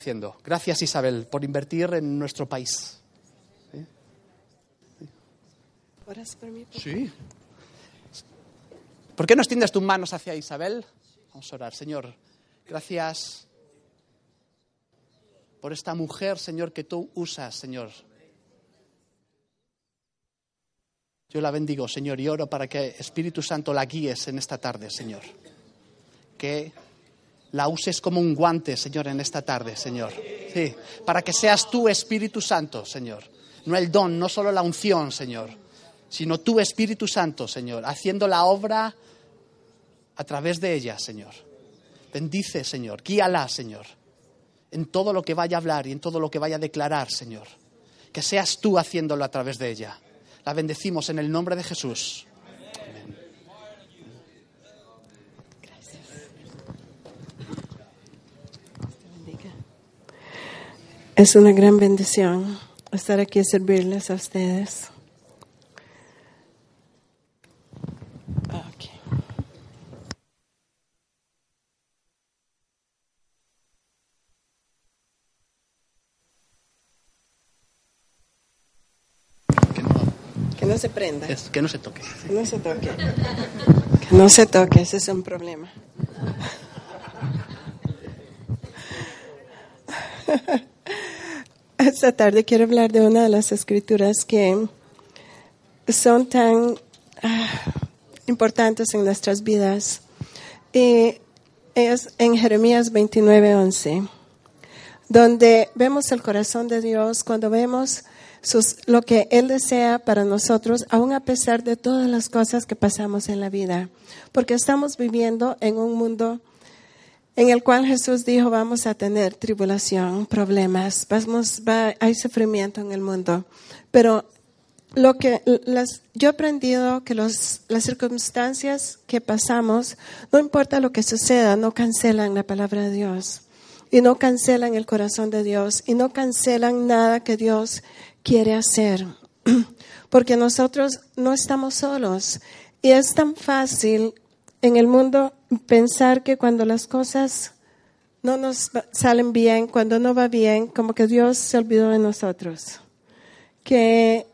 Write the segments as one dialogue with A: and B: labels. A: diciendo, gracias Isabel por invertir en nuestro país. ¿Sí?
B: ¿Oras por mí? por favor?
A: Sí. ¿Por qué no extiendes tus manos hacia Isabel? Vamos a orar, Señor. Gracias por esta mujer, Señor, que tú usas, Señor. Yo la bendigo, Señor, y oro para que Espíritu Santo la guíes en esta tarde, Señor. Que la uses como un guante, Señor, en esta tarde, Señor. Sí, para que seas tú, Espíritu Santo, Señor. No el don, no solo la unción, Señor, sino tú, Espíritu Santo, Señor, haciendo la obra a través de ella, Señor. Bendice, Señor, guíala, Señor, en todo lo que vaya a hablar y en todo lo que vaya a declarar, Señor. Que seas tú haciéndolo a través de ella. La bendecimos en el nombre de Jesús.
B: Gracias. Dios te bendiga. Es una gran bendición estar aquí y servirles a ustedes. Ok.
A: Que no,
B: Que no se prenda.
A: es- que no se toque.
B: Que no se toque. Que no se toque, ese es un problema. Esta tarde quiero hablar de una de las escrituras que son tan ah, importantes en nuestras vidas. Y es en Jeremías 29:11 donde vemos el corazón de Dios, cuando vemos sus- lo que Él desea para nosotros, aun a pesar de todas las cosas que pasamos en la vida, porque estamos viviendo en un mundo en el cual Jesús dijo, vamos a tener tribulación, problemas, vamos, va- hay sufrimiento en el mundo, pero lo que las, yo he aprendido que los, las circunstancias que pasamos, no importa lo que suceda, no cancelan la palabra de Dios y no cancelan el corazón de Dios y no cancelan nada que Dios quiere hacer. Porque nosotros no estamos solos y es tan fácil en el mundo pensar que cuando las cosas no nos va- salen bien, cuando no va bien, como que Dios se olvidó de nosotros. Que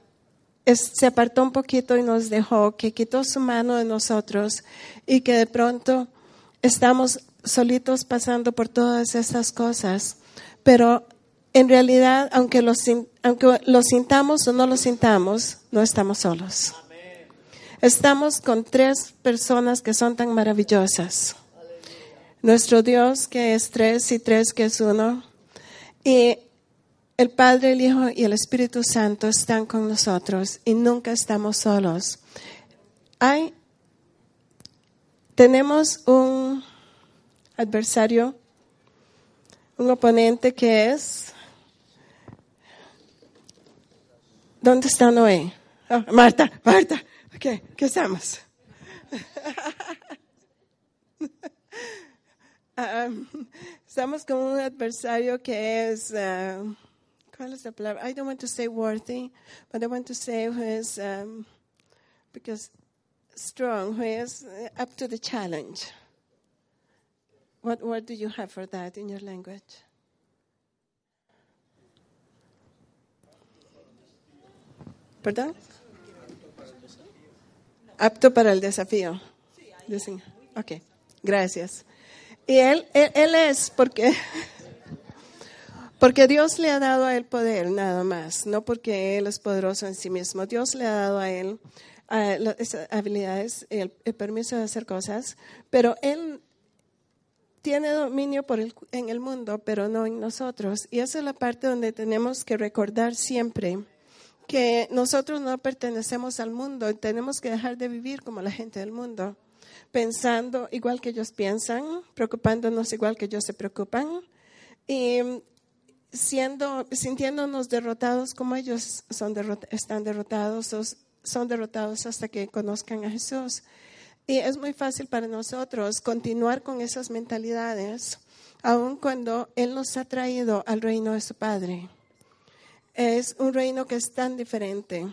B: es- se apartó un poquito y nos dejó, que quitó su mano de nosotros y que de pronto estamos solitos pasando por todas estas cosas. Pero en realidad, aunque lo, sin- aunque lo sintamos o no lo sintamos, no estamos solos. Estamos con tres personas que son tan maravillosas. Nuestro Dios que es tres y tres que es uno. Y el Padre, el Hijo y el Espíritu Santo están con nosotros y nunca estamos solos. Hay, tenemos un adversario, un oponente que es... ¿Dónde está Noé? Ah, Marta, Marta, ok, ¿qué estamos? Ah, estamos con un adversario que es, ah, ¿cuál es la palabra? I don't want to say worthy, but I want to say who is, um, because strong, who is eh, up to the challenge. What word do you have for that in your language? ¿Perdón? Apto para el desafío. Dicen- Ok, gracias. Y él, él, él es porque, porque Dios le ha dado a él poder, nada más, no porque él es poderoso en sí mismo. Dios le ha dado a él eh, la- esas habilidades, el, el permiso de hacer cosas, pero él tiene dominio por el- en el mundo, pero no en nosotros. Y esa es la parte donde tenemos que recordar siempre que nosotros no pertenecemos al mundo y tenemos que dejar de vivir como la gente del mundo, pensando igual que ellos piensan, preocupándonos igual que ellos se preocupan y siendo, sintiéndonos derrotados como ellos son derrot- están derrotados, o son derrotados hasta que conozcan a Jesús. Y es muy fácil para nosotros continuar con esas mentalidades, aun cuando Él nos ha traído al reino de su Padre. Es un reino que es tan diferente,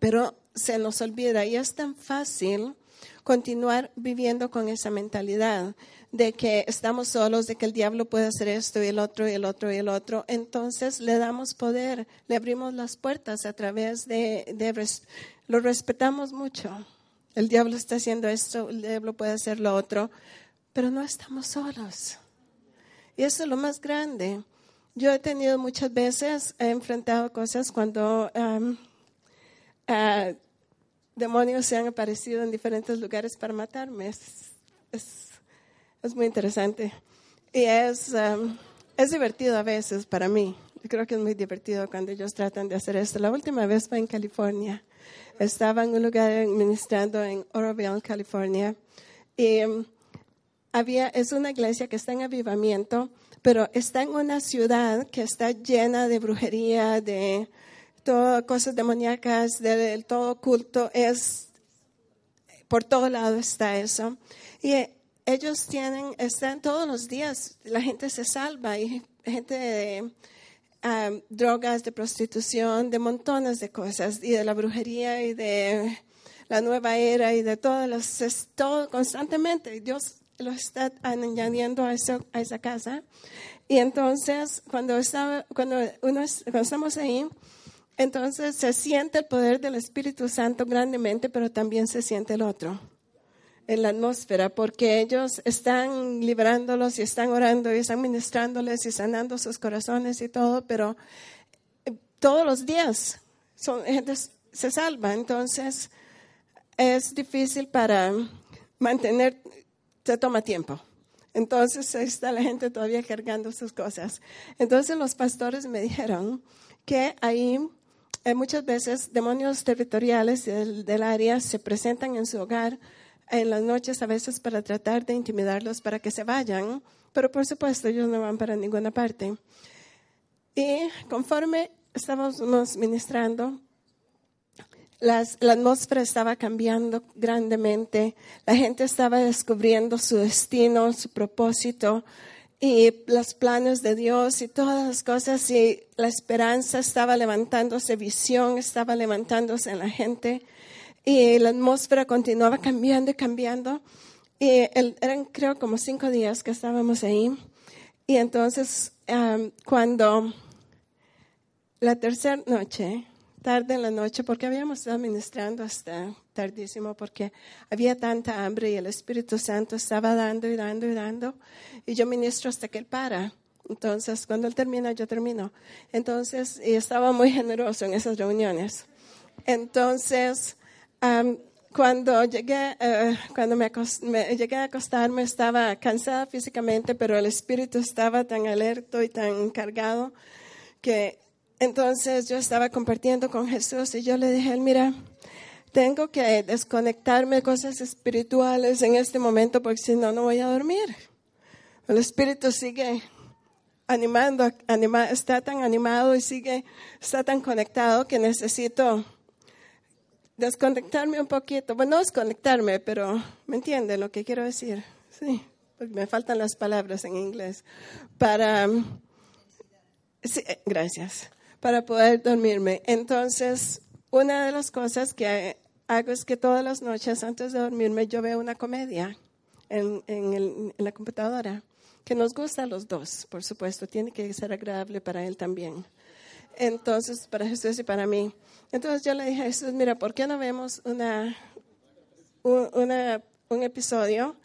B: pero se nos olvida y es tan fácil continuar viviendo con esa mentalidad de que estamos solos, de que el diablo puede hacer esto y el otro y el otro y el otro, entonces le damos poder, le abrimos las puertas a través de, de res, lo respetamos mucho. El diablo está haciendo esto, el diablo puede hacer lo otro, pero no estamos solos. Y eso es lo más grande. Yo he tenido muchas veces, he enfrentado cosas cuando um, uh, demonios se han aparecido en diferentes lugares para matarme. Es, es, es muy interesante. Y es, um, es divertido a veces para mí. Yo creo que es muy divertido cuando ellos tratan de hacer esto. La última vez fue en California. Estaba en un lugar ministrando en Oroville, California. Y um, había, es una iglesia que está en avivamiento, pero está en una ciudad que está llena de brujería, de todo, cosas demoníacas, de, de todo culto. Es, por todo lado está eso. Y eh, ellos tienen, están todos los días, la gente se salva y gente de um, drogas, de prostitución, de montones de cosas, y de la brujería y de la nueva era y de todas las, es todo constantemente. Dios lo está añadiendo a, eso, a, esa casa. Y entonces, cuando, estaba, cuando, uno, cuando estamos ahí, entonces se siente el poder del Espíritu Santo grandemente, pero también se siente el otro en la atmósfera, porque ellos están liberándolos y están orando y están ministrándoles y sanando sus corazones y todo, pero eh, todos los días son, se salva. Entonces, es difícil para mantener se toma tiempo. Entonces ahí está la gente todavía cargando sus cosas. Entonces los pastores me dijeron que ahí eh, muchas veces demonios territoriales del, del, área se presentan en su hogar en las noches a veces para tratar de intimidarlos para que se vayan, pero por supuesto ellos no van para ninguna parte. Y conforme estábamos ministrando, las, la atmósfera estaba cambiando grandemente, la gente estaba descubriendo su destino, su propósito y los planes de Dios y todas las cosas y la esperanza estaba levantándose, visión estaba levantándose en la gente y la atmósfera continuaba cambiando y cambiando y el, eran creo como cinco días que estábamos ahí y entonces um, cuando la tercera noche tarde en la noche porque habíamos estado ministrando hasta tardísimo porque había tanta hambre y el Espíritu Santo estaba dando y dando y dando y yo ministro hasta que él para. Entonces, cuando él termina, yo termino. Entonces, y estaba muy generoso en esas reuniones. Entonces, um, cuando llegué, uh, cuando me, me, llegué a acostarme, estaba cansada físicamente, pero el espíritu estaba tan alerto y tan cargado que entonces yo estaba compartiendo con Jesús y yo le dije, mira, tengo que desconectarme de cosas espirituales en este momento porque si no, no voy a dormir. El Espíritu sigue animando, anima, está tan animado y sigue, está tan conectado que necesito desconectarme un poquito. Bueno, no desconectarme, pero ¿me entienden lo que quiero decir? Sí, porque me faltan las palabras en inglés. Para... Sí, eh, gracias para poder dormirme. Entonces, una de las cosas que hago es que todas las noches antes de dormirme yo veo una comedia en, en, el, en, la computadora, que nos gusta a los dos, por supuesto, tiene que ser agradable para él también. Entonces, para Jesús y para mí. Entonces yo le dije a Jesús, mira, ¿por qué no vemos una, una un episodio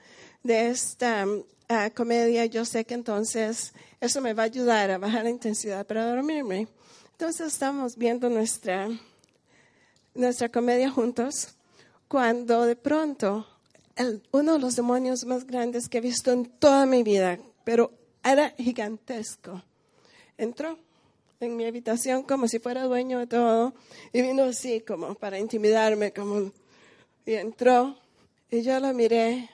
B: de esta uh, comedia? Yo sé que entonces eso me va a ayudar a bajar la intensidad para dormirme. Entonces estamos viendo nuestra, nuestra comedia juntos cuando de pronto el, uno de los demonios más grandes que he visto en toda mi vida, pero era gigantesco, entró en mi habitación como si fuera dueño de todo y vino así como para intimidarme, como y entró y yo lo miré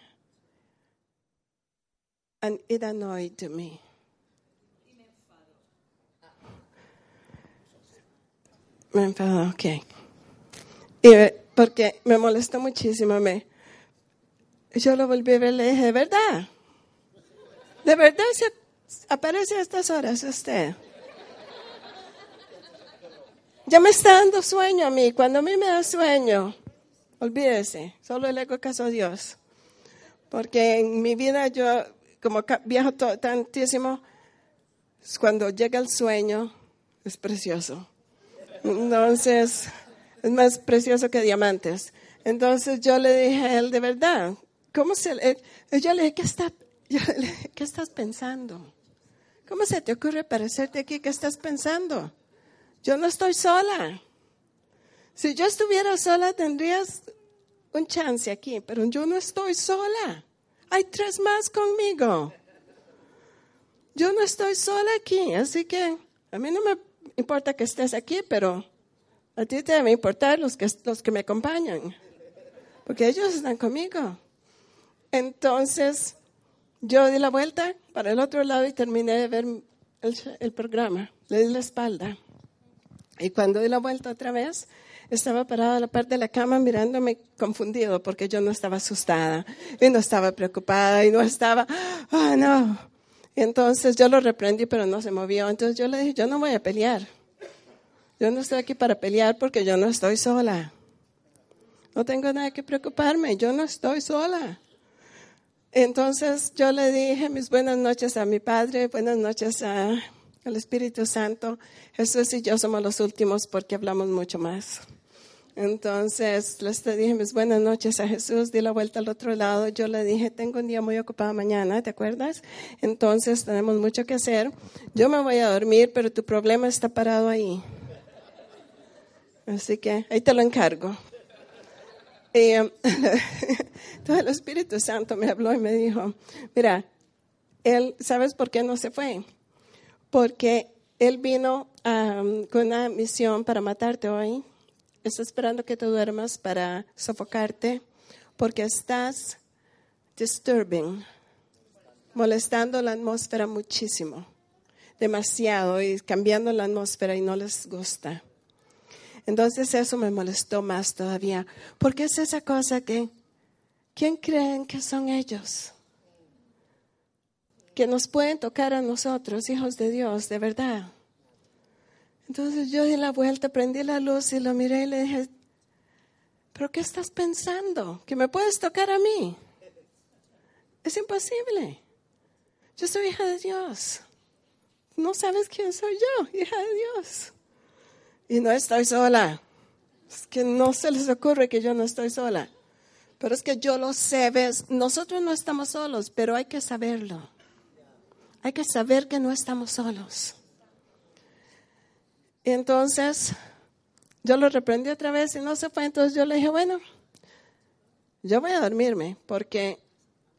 B: and it annoyed me. me enfadó, ok. Y porque me molestó muchísimo, me, yo lo volví a ver, le dije, ¿de verdad? ¿De verdad se aparece a estas horas usted? Ya me está dando sueño a mí, cuando a mí me da sueño, Olvídese, solo le hago caso a Dios. Porque en mi vida yo, como ca- viajo to- tantísimo, cuando llega el sueño, es precioso. Entonces, es más precioso que diamantes. Entonces yo le dije a él, de verdad, ¿cómo se le- eh, Yo le dije, ¿qué, está, yo le dije, ¿qué estás pensando? ¿Cómo se te ocurre parecerte aquí? ¿Qué estás pensando? Yo no estoy sola. Si yo estuviera sola, tendrías un chance aquí, pero yo no estoy sola. Hay tres más conmigo. Yo no estoy sola aquí, así que a mí no me importa que estés aquí, pero a ti te debe importar los que, los que me acompañan, porque ellos están conmigo. Entonces, yo di la vuelta para el otro lado y terminé de ver el, el programa. Le di la espalda. Y cuando di la vuelta otra vez, estaba parada a la parte de la cama mirándome confundido porque yo no estaba asustada y no estaba preocupada y no estaba, ah, no. Y entonces yo lo reprendí, pero no se movió. Entonces yo le dije, yo no voy a pelear. Yo no estoy aquí para pelear porque yo no estoy sola. No tengo nada que preocuparme, yo no estoy sola. Entonces yo le dije mis buenas noches a mi padre, buenas noches a- al Espíritu Santo. Jesús y yo somos los últimos porque hablamos mucho más. Entonces les te dije mis buenas noches a Jesús, di la vuelta al otro lado. Yo le dije, tengo un día muy ocupado mañana, ¿te acuerdas? Entonces tenemos mucho que hacer. Yo me voy a dormir, pero tu problema está parado ahí. Así que ahí te lo encargo. Y, em, entonces el Espíritu Santo me habló y me dijo, mira, él, ¿sabes por qué no se fue? Porque él vino am, con una misión para matarte hoy. Está esperando que te duermas para sofocarte porque estás disturbing, molestando la atmósfera muchísimo, demasiado y cambiando la atmósfera y no les gusta. Entonces eso me molestó más todavía, porque es esa cosa que, ¿quién creen que son ellos? Que nos pueden tocar a nosotros, hijos de Dios, de verdad. Entonces yo di la vuelta, prendí la luz y lo miré y le dije, ¿pero qué estás pensando? ¿Que me puedes tocar a mí? Es imposible. Yo soy hija de Dios. No sabes quién soy yo, hija de Dios y no estoy sola. Es que no se les ocurre que yo no estoy sola. Pero es que yo lo sé, ves, nosotros no estamos solos, pero hay que saberlo. Hay que saber que no estamos solos. Y entonces yo lo reprendí otra vez y no se fue, entonces yo le dije, bueno, yo voy a dormirme porque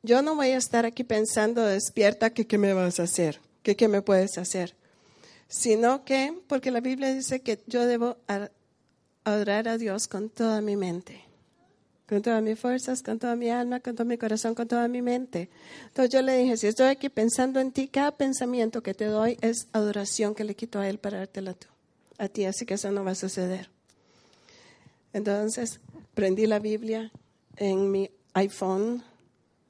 B: yo no voy a estar aquí pensando despierta que qué me vas a hacer, que qué me puedes hacer sino que, porque la Biblia dice que yo debo ar- adorar a Dios con toda mi mente, con todas mis fuerzas, con toda mi alma, con todo mi corazón, con toda mi mente. Entonces yo le dije, si estoy aquí pensando en ti, cada pensamiento que te doy es adoración que le quito a Él para dártela tú, a ti, así que eso no va a suceder. Entonces, prendí la Biblia en mi iPhone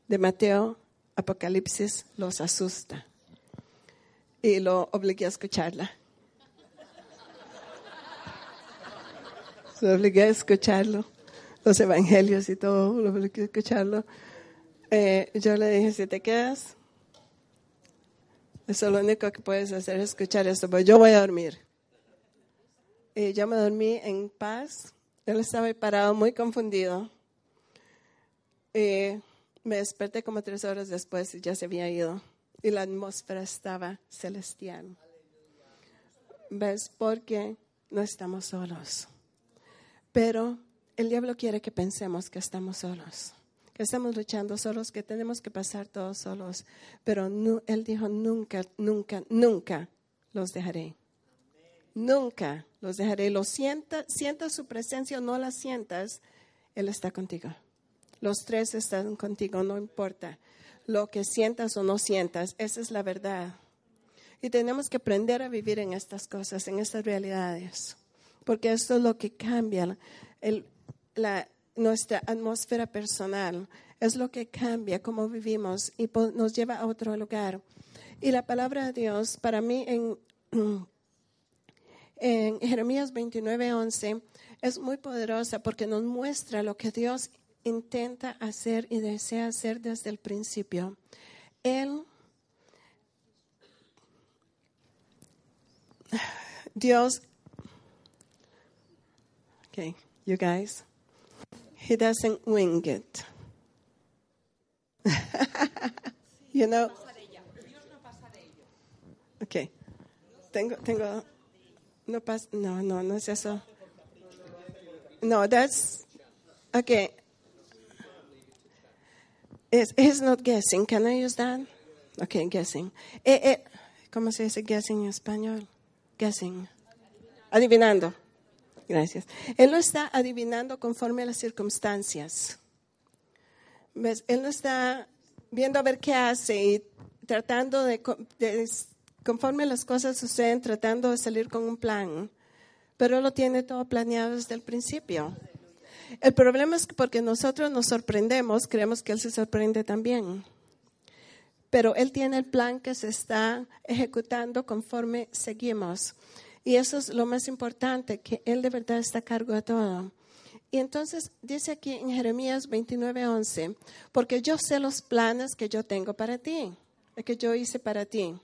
B: de Mateo, Apocalipsis los asusta y lo obligué a escucharla. Lo obligué a escucharlo, los evangelios y todo, lo obligué a escucharlo. Eh, yo le dije, si te quedas, eso lo único que puedes hacer es escuchar esto, pero yo voy a dormir. Y yo me dormí en paz. Él estaba ahí parado, muy confundido. Eh, me desperté como tres horas después y ya se había ido. Y la atmósfera estaba celestial. ¿Ves? Porque no estamos solos. Pero el diablo quiere que pensemos que estamos solos, que estamos luchando solos, que tenemos que pasar todos solos. Pero nu- él dijo, nunca, nunca, nunca los dejaré. Nunca los dejaré. Lo sienta, sientas su presencia o no la sientas, Él está contigo. Los tres están contigo, no importa lo que sientas o no sientas, esa es la verdad. Y tenemos que aprender a vivir en estas cosas, en estas realidades, porque esto es lo que cambia el- la- nuestra atmósfera personal, es lo que cambia cómo vivimos y po- nos lleva a otro lugar. Y la palabra de Dios, para mí, en, en Jeremías 29:11 es muy poderosa porque nos muestra lo que Dios intenta hacer y desea hacer desde el principio. Él, Dios, okay, you guys, He doesn't wing it. you know, okay, tengo, tengo, no pasa, no, no, no es eso. No, that's, okay. It's, it's not guessing. Can I use that? Okay, guessing. Eh, eh, ¿Cómo se dice guessing en español? Guessing. Adivinando. Gracias. Él no está adivinando conforme a las circunstancias. ¿Ves? Él no está viendo a ver qué hace y tratando de, co- de- conforme las cosas suceden, tratando de salir con un plan. Pero lo tiene todo planeado desde el principio. El problema es que porque nosotros nos sorprendemos, creemos que Él se sorprende también. Pero Él tiene el plan que se está ejecutando conforme seguimos. Y eso es lo más importante, que Él de verdad está a cargo de todo. Y entonces dice aquí en Jeremías 29:11, porque yo sé los planes que yo tengo para ti, que yo hice para ti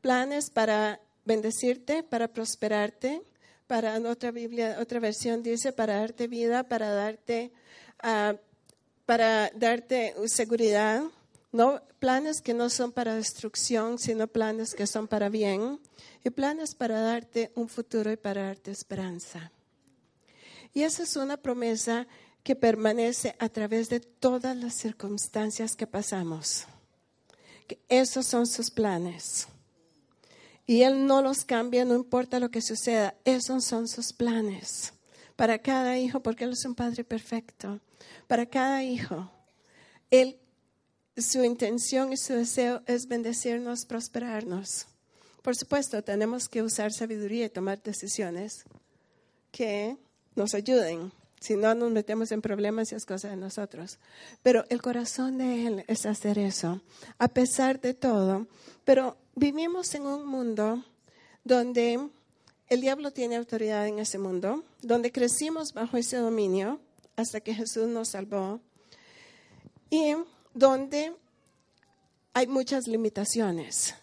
B: planes para bendecirte, para prosperarte, para en otra Biblia, otra versión dice para darte vida, para darte, ah, para darte seguridad. No planes que no son para destrucción, sino planes que son para bien y planes para darte un futuro y para darte esperanza. Y esa es una promesa que permanece a través de todas las circunstancias que pasamos. Que esos son sus planes. Y Él no los cambia, no importa lo que suceda. Esos son sus planes. Para cada hijo, porque Él es un Padre perfecto. Para cada hijo, Él, su intención y su deseo es bendecirnos, prosperarnos. Por supuesto, tenemos que usar sabiduría y tomar decisiones que nos ayuden. Si no, nos metemos en problemas y es cosa de nosotros. Pero el corazón de Él es hacer eso, a pesar de todo. Pero vivimos en un mundo donde el diablo tiene autoridad en ese mundo, donde crecimos bajo ese dominio hasta que Jesús nos salvó y donde hay muchas limitaciones.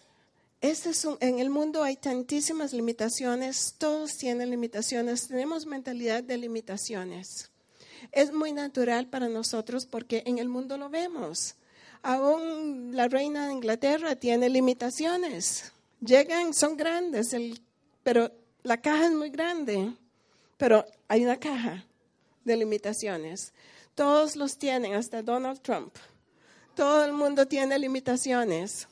B: Este es un- en el mundo hay tantísimas limitaciones, todos tienen limitaciones, tenemos mentalidad de limitaciones. Es muy natural para nosotros porque en el mundo lo vemos. Aún la reina de Inglaterra tiene limitaciones. Llegan, son grandes, el- pero la caja es muy grande, pero hay una caja de limitaciones. Todos los tienen, hasta Donald Trump. Todo el mundo tiene limitaciones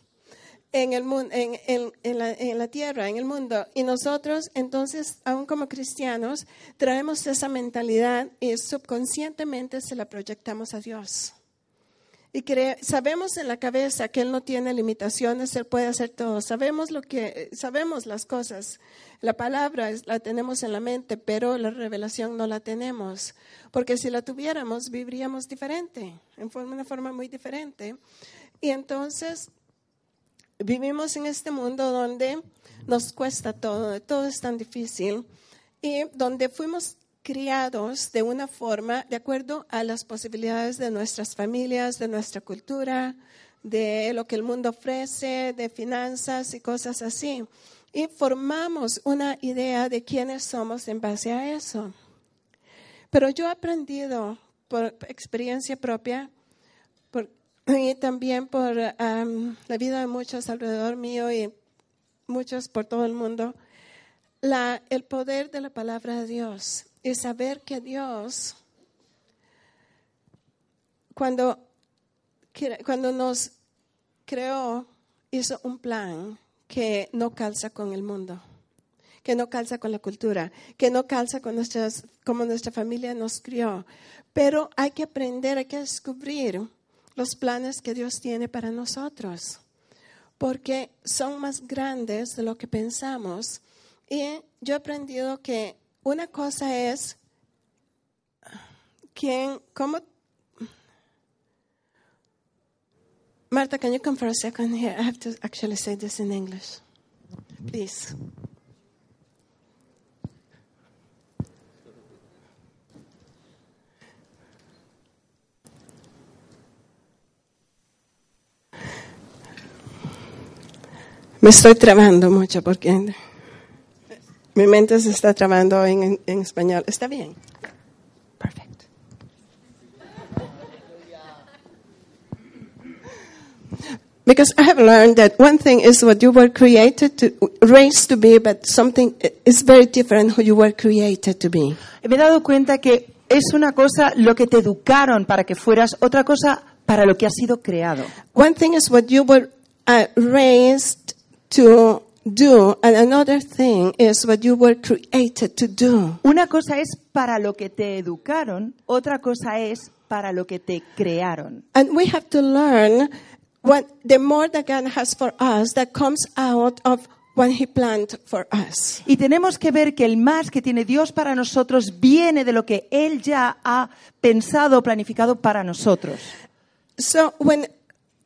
B: en, el, mun- en, en- en la, en la tierra, en el mundo. Y nosotros, entonces, aún como cristianos, traemos esa mentalidad y subconscientemente se la proyectamos a Dios. Y cre- sabemos en la cabeza que Él no tiene limitaciones, Él puede hacer todo. Sabemos, lo que, sabemos las cosas. La palabra es- la tenemos en la mente, pero la revelación no la tenemos. Porque si la tuviéramos, viviríamos diferente, en forma- una forma muy diferente. Y entonces vivimos en este mundo donde nos cuesta todo, donde todo es tan difícil y donde fuimos criados de una forma de acuerdo a las posibilidades de nuestras familias, de nuestra cultura, de lo que el mundo ofrece, de finanzas y cosas así. Y formamos una idea de quiénes somos en base a eso. Pero yo he aprendido por experiencia propia por- y también por am, la vida de muchos alrededor mío y muchos por todo el mundo, la- el poder de la palabra de Dios y saber que Dios, cuando, cre- cuando nos creó, hizo un plan que no calza con el mundo que no calza con la cultura, que no calza con nuestras, como nuestra familia nos crió. Pero hay que aprender, hay que descubrir los planes que Dios tiene para nosotros, porque son más grandes de lo que pensamos. Y yo he aprendido que una cosa es quién, cómo. Marta, can you come for a second here? I have to actually say this in English. Please. Me estoy trabando mucho porque mi mente se está trabando en, en- en español. Está bien. Perfecto. Because I have learned that one thing is what you were created to, raised to be, but something is very different who you were created to be.
C: Me he dado cuenta que es una cosa lo que te educaron para que fueras, otra cosa para lo que has sido creado.
B: One thing is what you were uh, raised to do, and another thing is what you were created to do.
C: Una cosa es para lo que te educaron, otra cosa es para lo que te crearon.
B: And we have to learn what the more that God has for us that comes out of what He planned for us.
C: Y tenemos que ver que el más que tiene Dios para nosotros viene de lo que Él ya ha pensado o planificado para nosotros.
B: So when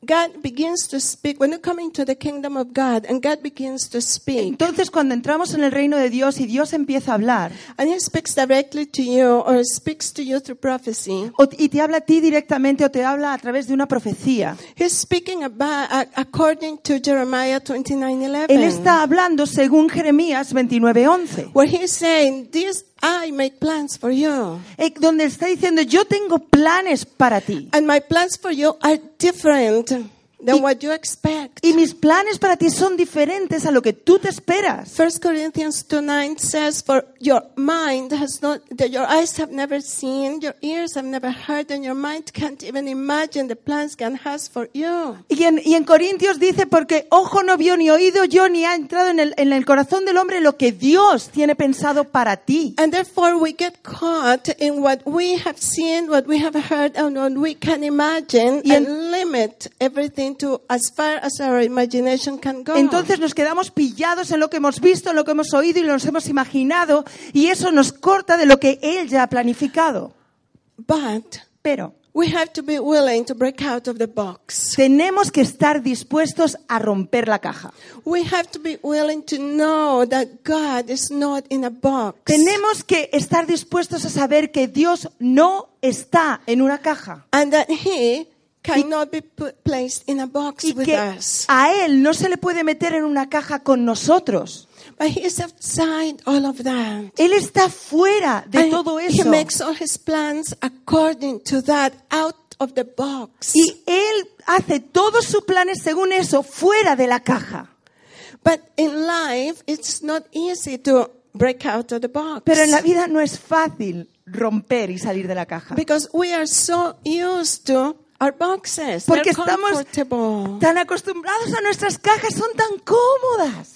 B: God begins to speak, when you come into the kingdom of God and God begins to speak,
C: Entonces, cuando entramos en el reino de Dios y Dios empieza a hablar
B: and He speaks directly to you or speaks to you through prophecy,
C: o- y te habla a ti directamente o te habla a través de una profecía,
B: He's speaking about uh, according to Jeremiah twenty-nine eleven.
C: Él está hablando según Jeremías 29:11,
B: where he's saying, "This I make plans for you,
C: eh, donde está diciendo, yo tengo planes para ti.
B: and my plans for you are different than what you expect."
C: Y mis planes para ti son diferentes a lo que tú te esperas.
B: 1 Corinthians 2 9 says, For your mind has not, that your eyes have never seen, your ears have never heard, and your mind can't even imagine the plans God has for you.
C: Y en, y en Corintios dice, porque ojo no vio ni oído yo, ni ha entrado en el, en el corazón del hombre lo que Dios tiene pensado para ti.
B: And therefore, we get caught in what we have seen, what we have heard, and what we can imagine,
C: Y en-
B: and limit everything to as far as our imagination can go.
C: Entonces nos quedamos pillados en lo que hemos visto, en lo que hemos oído y nos hemos imaginado, y eso nos corta de lo que Él ya ha planificado.
B: But
C: Pero
B: we have to be willing to break out of the box.
C: tenemos que estar dispuestos a romper la caja.
B: We have to be willing to know that God is not in a box.
C: Tenemos que estar dispuestos a saber que Dios no está en una caja.
B: And that He cannot be put, placed in a box
C: y
B: with
C: que
B: us.
C: a él no se le puede meter en una caja con nosotros.
B: But He is outside all of that.
C: Él está fuera de
B: And
C: todo
B: He
C: eso.
B: makes all His plans according to that, out of the box.
C: Y él hace todos sus planes según eso, fuera de la caja.
B: but in life, it's not easy to break out of the box.
C: Pero en la vida no es fácil romper y salir de la caja.
B: Because we are so used to our boxes. They're
C: Porque estamos
B: comfortable.
C: tan acostumbrados a nuestras cajas, son tan cómodas.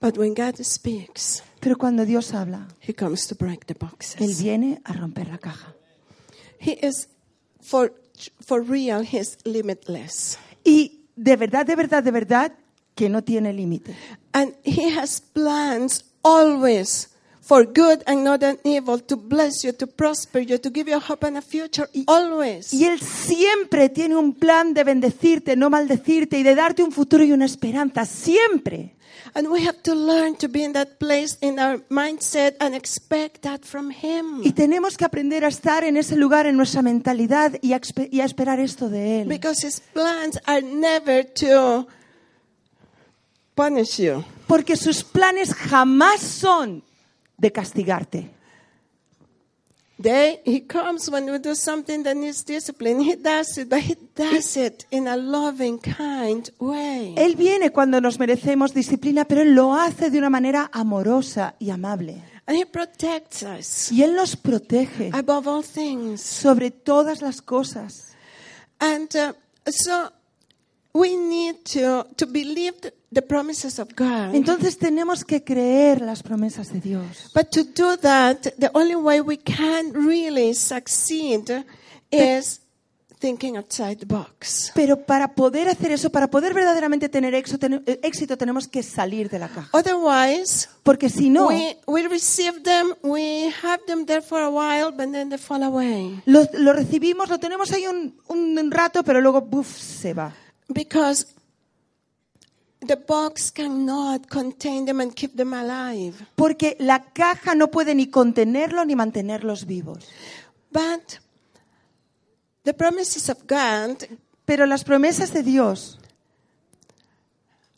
B: But when God speaks,
C: Pero cuando Dios habla,
B: He comes to break the
C: Él
B: boxes.
C: viene a romper la caja.
B: He is for for real. He is limitless,
C: Y de verdad, de verdad, de verdad, que no tiene límite.
B: and He has plans always for good and not an evil, to bless you, to prosper you, to give you hope and a future. Always.
C: Y Él siempre tiene un plan de bendecirte, no maldecirte y de darte un futuro y una esperanza. Siempre.
B: And we have to learn to be in that place in our mindset and expect that from Him.
C: Y tenemos que aprender a estar en ese lugar, en nuestra mentalidad y a, expe- y a esperar esto de Él.
B: Because his plans are never to punish you,
C: Porque sus planes jamás son de castigarte.
B: they, he comes when we do something that needs discipline. He does it, but he does it in a loving, kind way.
C: Él viene cuando nos merecemos disciplina, pero Él lo hace de una manera amorosa y amable.
B: And he protects us
C: Y Él nos protege
B: above all things.
C: sobre todas las cosas.
B: And uh, so we need to, to believe th- the promises of God.
C: Entonces tenemos que creer las promesas de Dios.
B: But to do that, the only way we can really succeed is thinking outside the box.
C: Pero para poder hacer eso, para poder verdaderamente tener éxito, ten- eh, éxito, tenemos que salir de la caja.
B: Otherwise,
C: Porque si no,
B: we, we receive them, we have them there for a while, but then they fall away.
C: lo, lo recibimos, lo tenemos ahí un, un- un rato, pero luego buf, se va.
B: Because the box cannot contain them and keep them alive.
C: Porque la caja no puede ni contenerlo ni mantenerlos vivos.
B: But the promises of God
C: Pero las promesas de Dios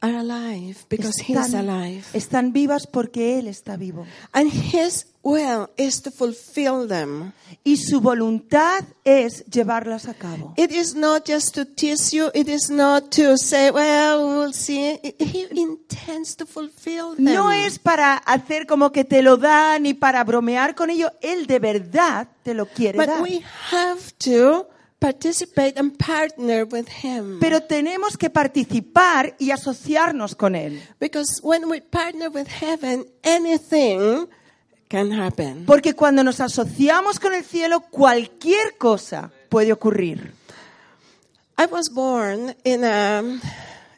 B: are alive because He is
C: Están,
B: alive.
C: están vivas porque Él está vivo.
B: And His will is to fulfill them.
C: Y su voluntad es llevarlas a cabo.
B: It is not just to tease you, it is not to say, well, we'll see. He intends to fulfill them.
C: No es para hacer como que te lo dan y para bromear con ello. Él de verdad te lo quiere
B: But
C: dar.
B: we have to participate and partner with Him.
C: Pero tenemos que participar y asociarnos con Él.
B: Because when we partner with heaven, anything can happen.
C: Porque cuando nos asociamos con el cielo, cualquier cosa puede ocurrir.
B: I was born in a.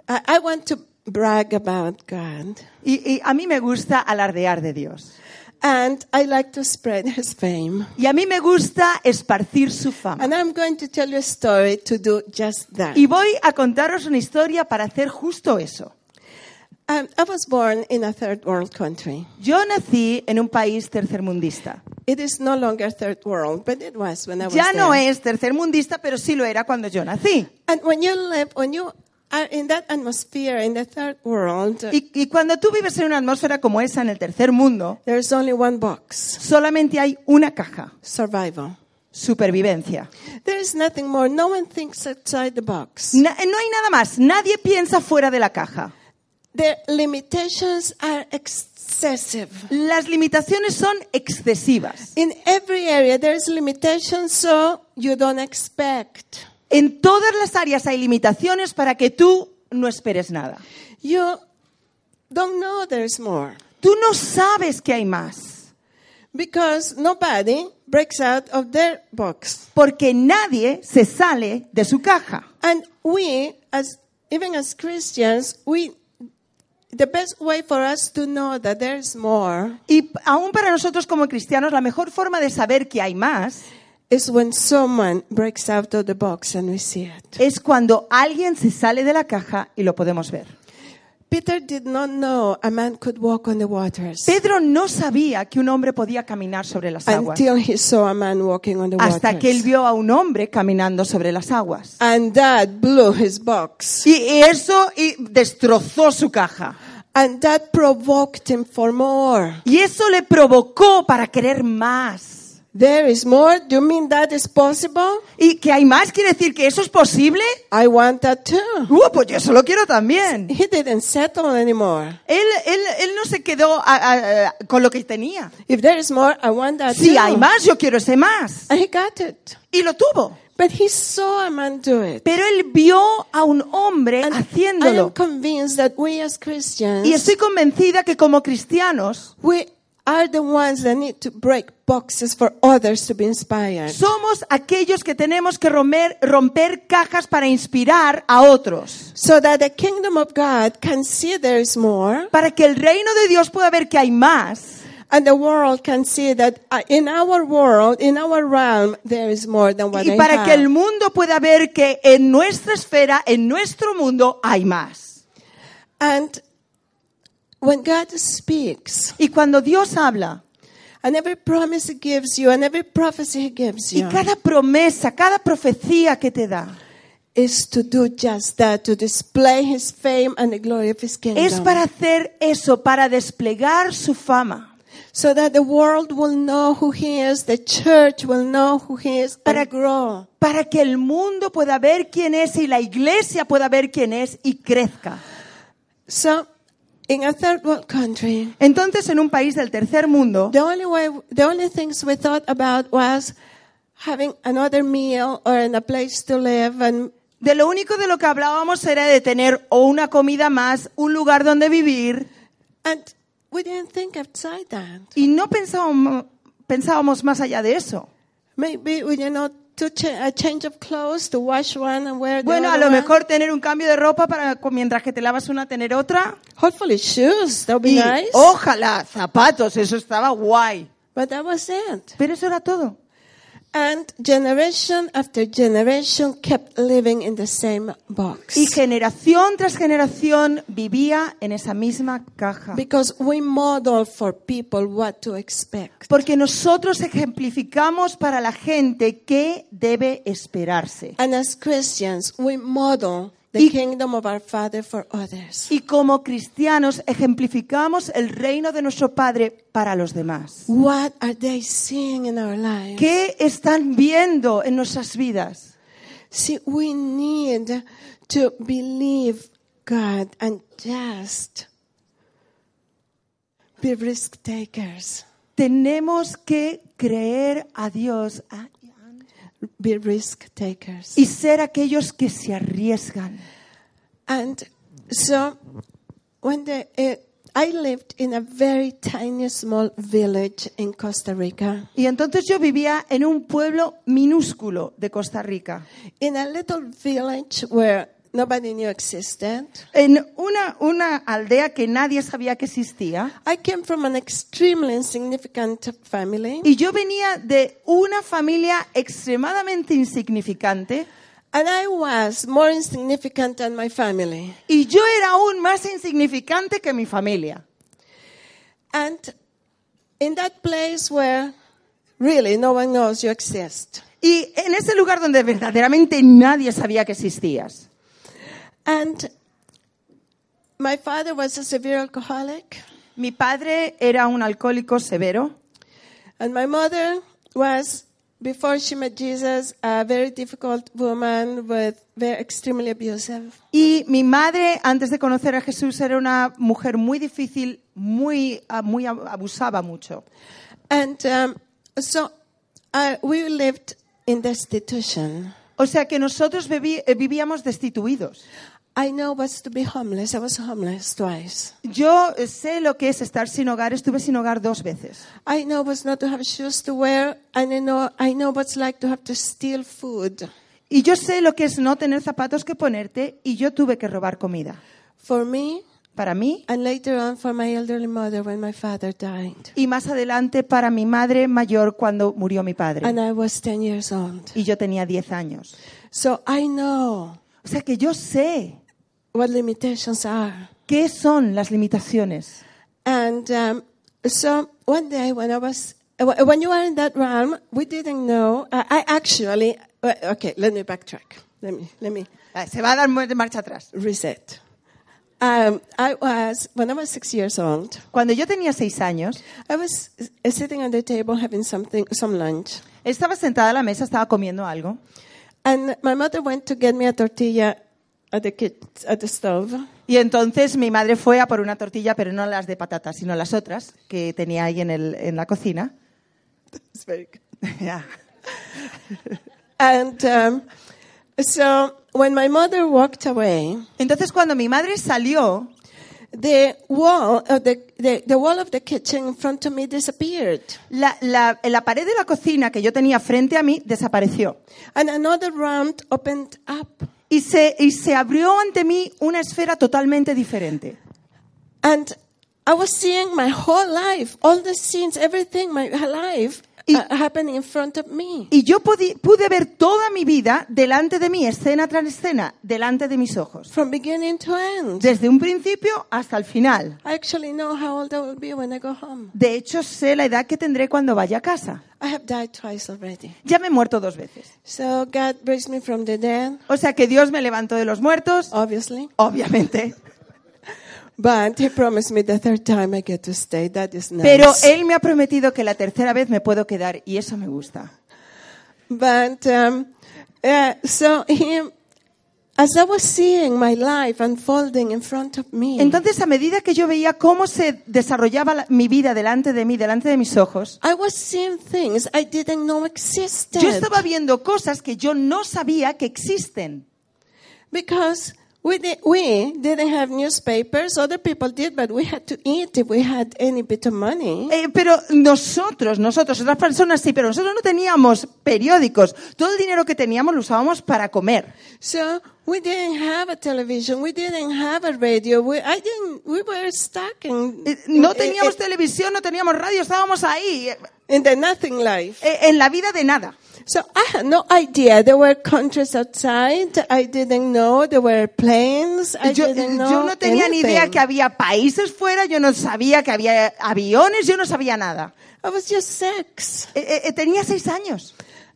B: I, I want to brag about God,
C: Y, y a mí me gusta alardear de Dios.
B: and I like to spread His fame.
C: Y a mí me gusta esparcir su fama.
B: And I'm going to tell you a story to do just that.
C: Y voy a contaros una historia para hacer justo eso.
B: Um, I was born in a third world country.
C: Yo nací en un país tercermundista.
B: It is no longer third world, but it was when I was
C: Ya no
B: there.
C: es tercermundista, pero sí lo era cuando yo nací.
B: And when you live, when you are in that atmosphere in the third world,
C: Y, y cuando tú vives en una atmósfera como esa en el tercer mundo,
B: there's only one box:
C: solamente hay una caja,
B: survival.
C: supervivencia.
B: There is nothing more. No one thinks outside the box.
C: Na- no hay nada más, nadie piensa fuera de la caja.
B: The limitations are excessive.
C: Las limitaciones son excesivas.
B: In every area, there's limitations, so you don't expect.
C: En todas las áreas hay limitaciones para que tú no esperes nada.
B: You don't know there's more.
C: Tú no sabes que hay más,
B: Because nobody breaks out of their box.
C: porque nadie se sale de su caja.
B: And we, as even as Christians, we the best way for us to know that there's more
C: Y p- aún para nosotros como cristianos, la mejor forma de saber que hay más
B: is when someone breaks out of the box and we see it.
C: es cuando alguien se sale de la caja y lo podemos ver.
B: Peter did not know a man could walk on the waters.
C: Pedro no sabía que un hombre podía caminar sobre las aguas
B: until he saw a man walking on the
C: hasta que él
B: waters.
C: vio a un hombre caminando sobre las aguas.
B: and that blew his box.
C: Y y eso y destrozó su caja.
B: And that provoked him for more.
C: Y eso le provocó para querer más.
B: There is more? Do you mean that is possible?
C: ¿Y que hay más? ¿Quiere decir que eso es posible?
B: I want that too.
C: Uh, pues yo eso lo quiero también.
B: He didn't settle anymore.
C: Él, él, él no se quedó a- a- a- con lo que tenía.
B: If there is more, I want that
C: Si
B: too.
C: hay más, yo quiero ese más.
B: And he got it.
C: Y lo tuvo.
B: But he saw a man do it.
C: Pero él vio a un hombre
B: And I am
C: haciéndolo.
B: convinced that we as Christians,
C: Y estoy convencida que como cristianos
B: we are the ones that need to break boxes for others to be inspired.
C: somos aquellos que tenemos que romer- romper cajas para inspirar a otros.
B: so that the kingdom of God can see there is more,
C: Para que el reino de Dios pueda ver que hay más.
B: and the world can see that uh, in our world, in our realm, there is more than what
C: Y
B: I
C: para
B: have.
C: que el mundo pueda ver que en nuestra esfera, en nuestro mundo, hay más.
B: And when God speaks,
C: Y cuando Dios habla,
B: and every promise He gives you, and every prophecy He gives
C: y
B: you,
C: cada promesa, cada profecía que te da,
B: is to do just that, to display His fame and the glory of His kingdom.
C: es para hacer eso, para desplegar su fama.
B: so that the world will know who He is, the church will know who He is,
C: Para-
B: and grow.
C: para que el mundo pueda ver quién es y la iglesia pueda ver quién es y crezca.
B: So, in a third world country,
C: Entonces, en un país del tercer mundo,
B: The only way, the only things we thought about was having another meal or in a place to live, and
C: de lo único de lo que hablábamos era de tener o una comida más, un lugar donde vivir,
B: and we didn't think outside that.
C: y no pensábamos, pensábamos más allá de eso.
B: Maybe you know, to cha- a change of clothes, to wash one and wear the
C: Bueno, a
B: other
C: lo
B: one.
C: mejor tener un cambio de ropa para cu- mientras que te lavas una tener otra.
B: Hopefully shoes, that would be
C: Y
B: nice.
C: ojalá zapatos, eso estaba guay.
B: But that was it.
C: Pero eso era todo.
B: And generation after generation kept living in the same box.
C: Y generación tras generación vivía en esa misma caja.
B: Because we model for people what to expect.
C: Porque nosotros ejemplificamos para la gente qué debe esperarse.
B: And as Christians, we model the
C: Y-
B: kingdom of our Father for others.
C: Y como cristianos ejemplificamos el reino de nuestro Padre para los demás.
B: What are they seeing in our lives?
C: ¿Qué están viendo en nuestras vidas?
B: See, we need to believe God and just be risk takers.
C: Tenemos que creer a Dios ah,
B: Be risk takers.
C: y ser aquellos que se arriesgan.
B: And so, when the, uh, I lived in a very tiny, small village in Costa Rica,
C: Y entonces yo vivía en un pueblo minúsculo de Costa Rica,
B: in a little village where nobody knew existed.
C: en una, una aldea que nadie sabía que existía.
B: I came from an extremely insignificant family,
C: Y yo venía de una familia extremadamente insignificante
B: and I was more insignificant than my family.
C: y yo era aún más insignificante que mi familia.
B: And in that place where really no one knows you exist.
C: Y en ese lugar donde verdaderamente nadie sabía que existías.
B: And my father was a severe alcoholic.
C: Mi padre era un alcohólico severo
B: And my mother was, before she met Jesus, a very difficult woman with very extremely abusive.
C: y mi madre, antes de conocer a Jesús, era una mujer muy difícil, muy, ah, muy ab- abusaba mucho.
B: And um, so uh, we lived in destitution.
C: O sea que nosotros vivi- eh, vivíamos destituidos.
B: I know what's to be homeless. I was homeless twice.
C: Yo eh, sé lo que es estar sin hogar, estuve sin hogar dos veces.
B: I know what's not to have shoes to wear, and I know I know what's like to have to steal food.
C: Y yo sé lo que es no tener zapatos que ponerte y yo tuve que robar comida.
B: For me,
C: Para mí
B: and later on for my elderly mother when my father died.
C: y más adelante para mi madre mayor cuando murió mi padre.
B: And I was 10 years old.
C: y yo tenía 10 años.
B: So I know
C: O sea que yo sé
B: what limitations are.
C: qué son las limitaciones.
B: And um, so one day when I was, wh- when you are in that realm, we didn't know. uh, I, I actually, uh, okay, let me backtrack. Let me, let me
C: Ah, Se va a dar mu- de marcha atrás.
B: reset. Um, I was, when I was six years old,
C: Cuando yo tenía 6 años,
B: I was uh, sitting at the table having something, some lunch.
C: estaba sentada a la mesa, estaba comiendo algo.
B: And my mother went to get me a tortilla at the, kit at the stove.
C: Y entonces mi madre fue a por una tortilla, pero no las de patatas, sino las otras que tenía ahí en, el- en la cocina.
B: It's very good.
C: Ya.
B: And um, so when my mother walked away,
C: Entonces cuando mi madre salió,
B: the wall, uh, the, the, the wall of the kitchen in front of me disappeared.
C: la, la- la pared de la cocina que yo tenía frente a mí desapareció.
B: And another round opened up.
C: Y se, y se abrió ante mí una esfera totalmente diferente.
B: And I was seeing my whole life, all the scenes, everything, my life
C: Y-
B: uh, happening in front of me.
C: Y yo pudi- pude ver toda mi vida delante de mí, escena tras escena, delante de mis ojos.
B: From beginning to end.
C: Desde un principio hasta el final.
B: I actually know how old I will be when I go home.
C: De hecho, sé la edad que tendré cuando vaya a casa.
B: I have died twice already.
C: Ya me he muerto dos veces.
B: So God raised me from the dead,
C: O sea que Dios me levantó de los muertos,
B: obviously.
C: obviamente.
B: But he promised me the third time I get to stay. That is nice.
C: Pero Él me ha prometido que la tercera vez me puedo quedar y eso me gusta.
B: But um, uh, so he, as I was seeing my life unfolding in front of me,
C: Entonces, a medida que yo veía cómo se desarrollaba la- mi vida delante de mí, delante de mis ojos,
B: I was seeing things I didn't know existed.
C: yo estaba viendo cosas que yo no sabía que existen.
B: Because we, di- we didn't have newspapers. Other people did, but we had to eat if we had any bit of money.
C: Eh, pero nosotros, nosotros, otras personas sí, pero nosotros no teníamos periódicos. Todo el dinero que teníamos lo usábamos para comer.
B: So we didn't have a television. We didn't have a radio. We, I didn't, we were stuck in,
C: Eh, No
B: in-
C: teníamos televisión, no teníamos radio, estábamos ahí, eh,
B: in the nothing life.
C: eh, en la vida de nada.
B: So I had no idea. There were countries outside. I didn't know. There were planes. I
C: Yo, eh,
B: didn't know.
C: yo no tenía ni idea
B: anything.
C: que había países fuera, yo no sabía que había aviones, yo no sabía nada.
B: I was just six.
C: Eh, eh, eh, tenía seis años.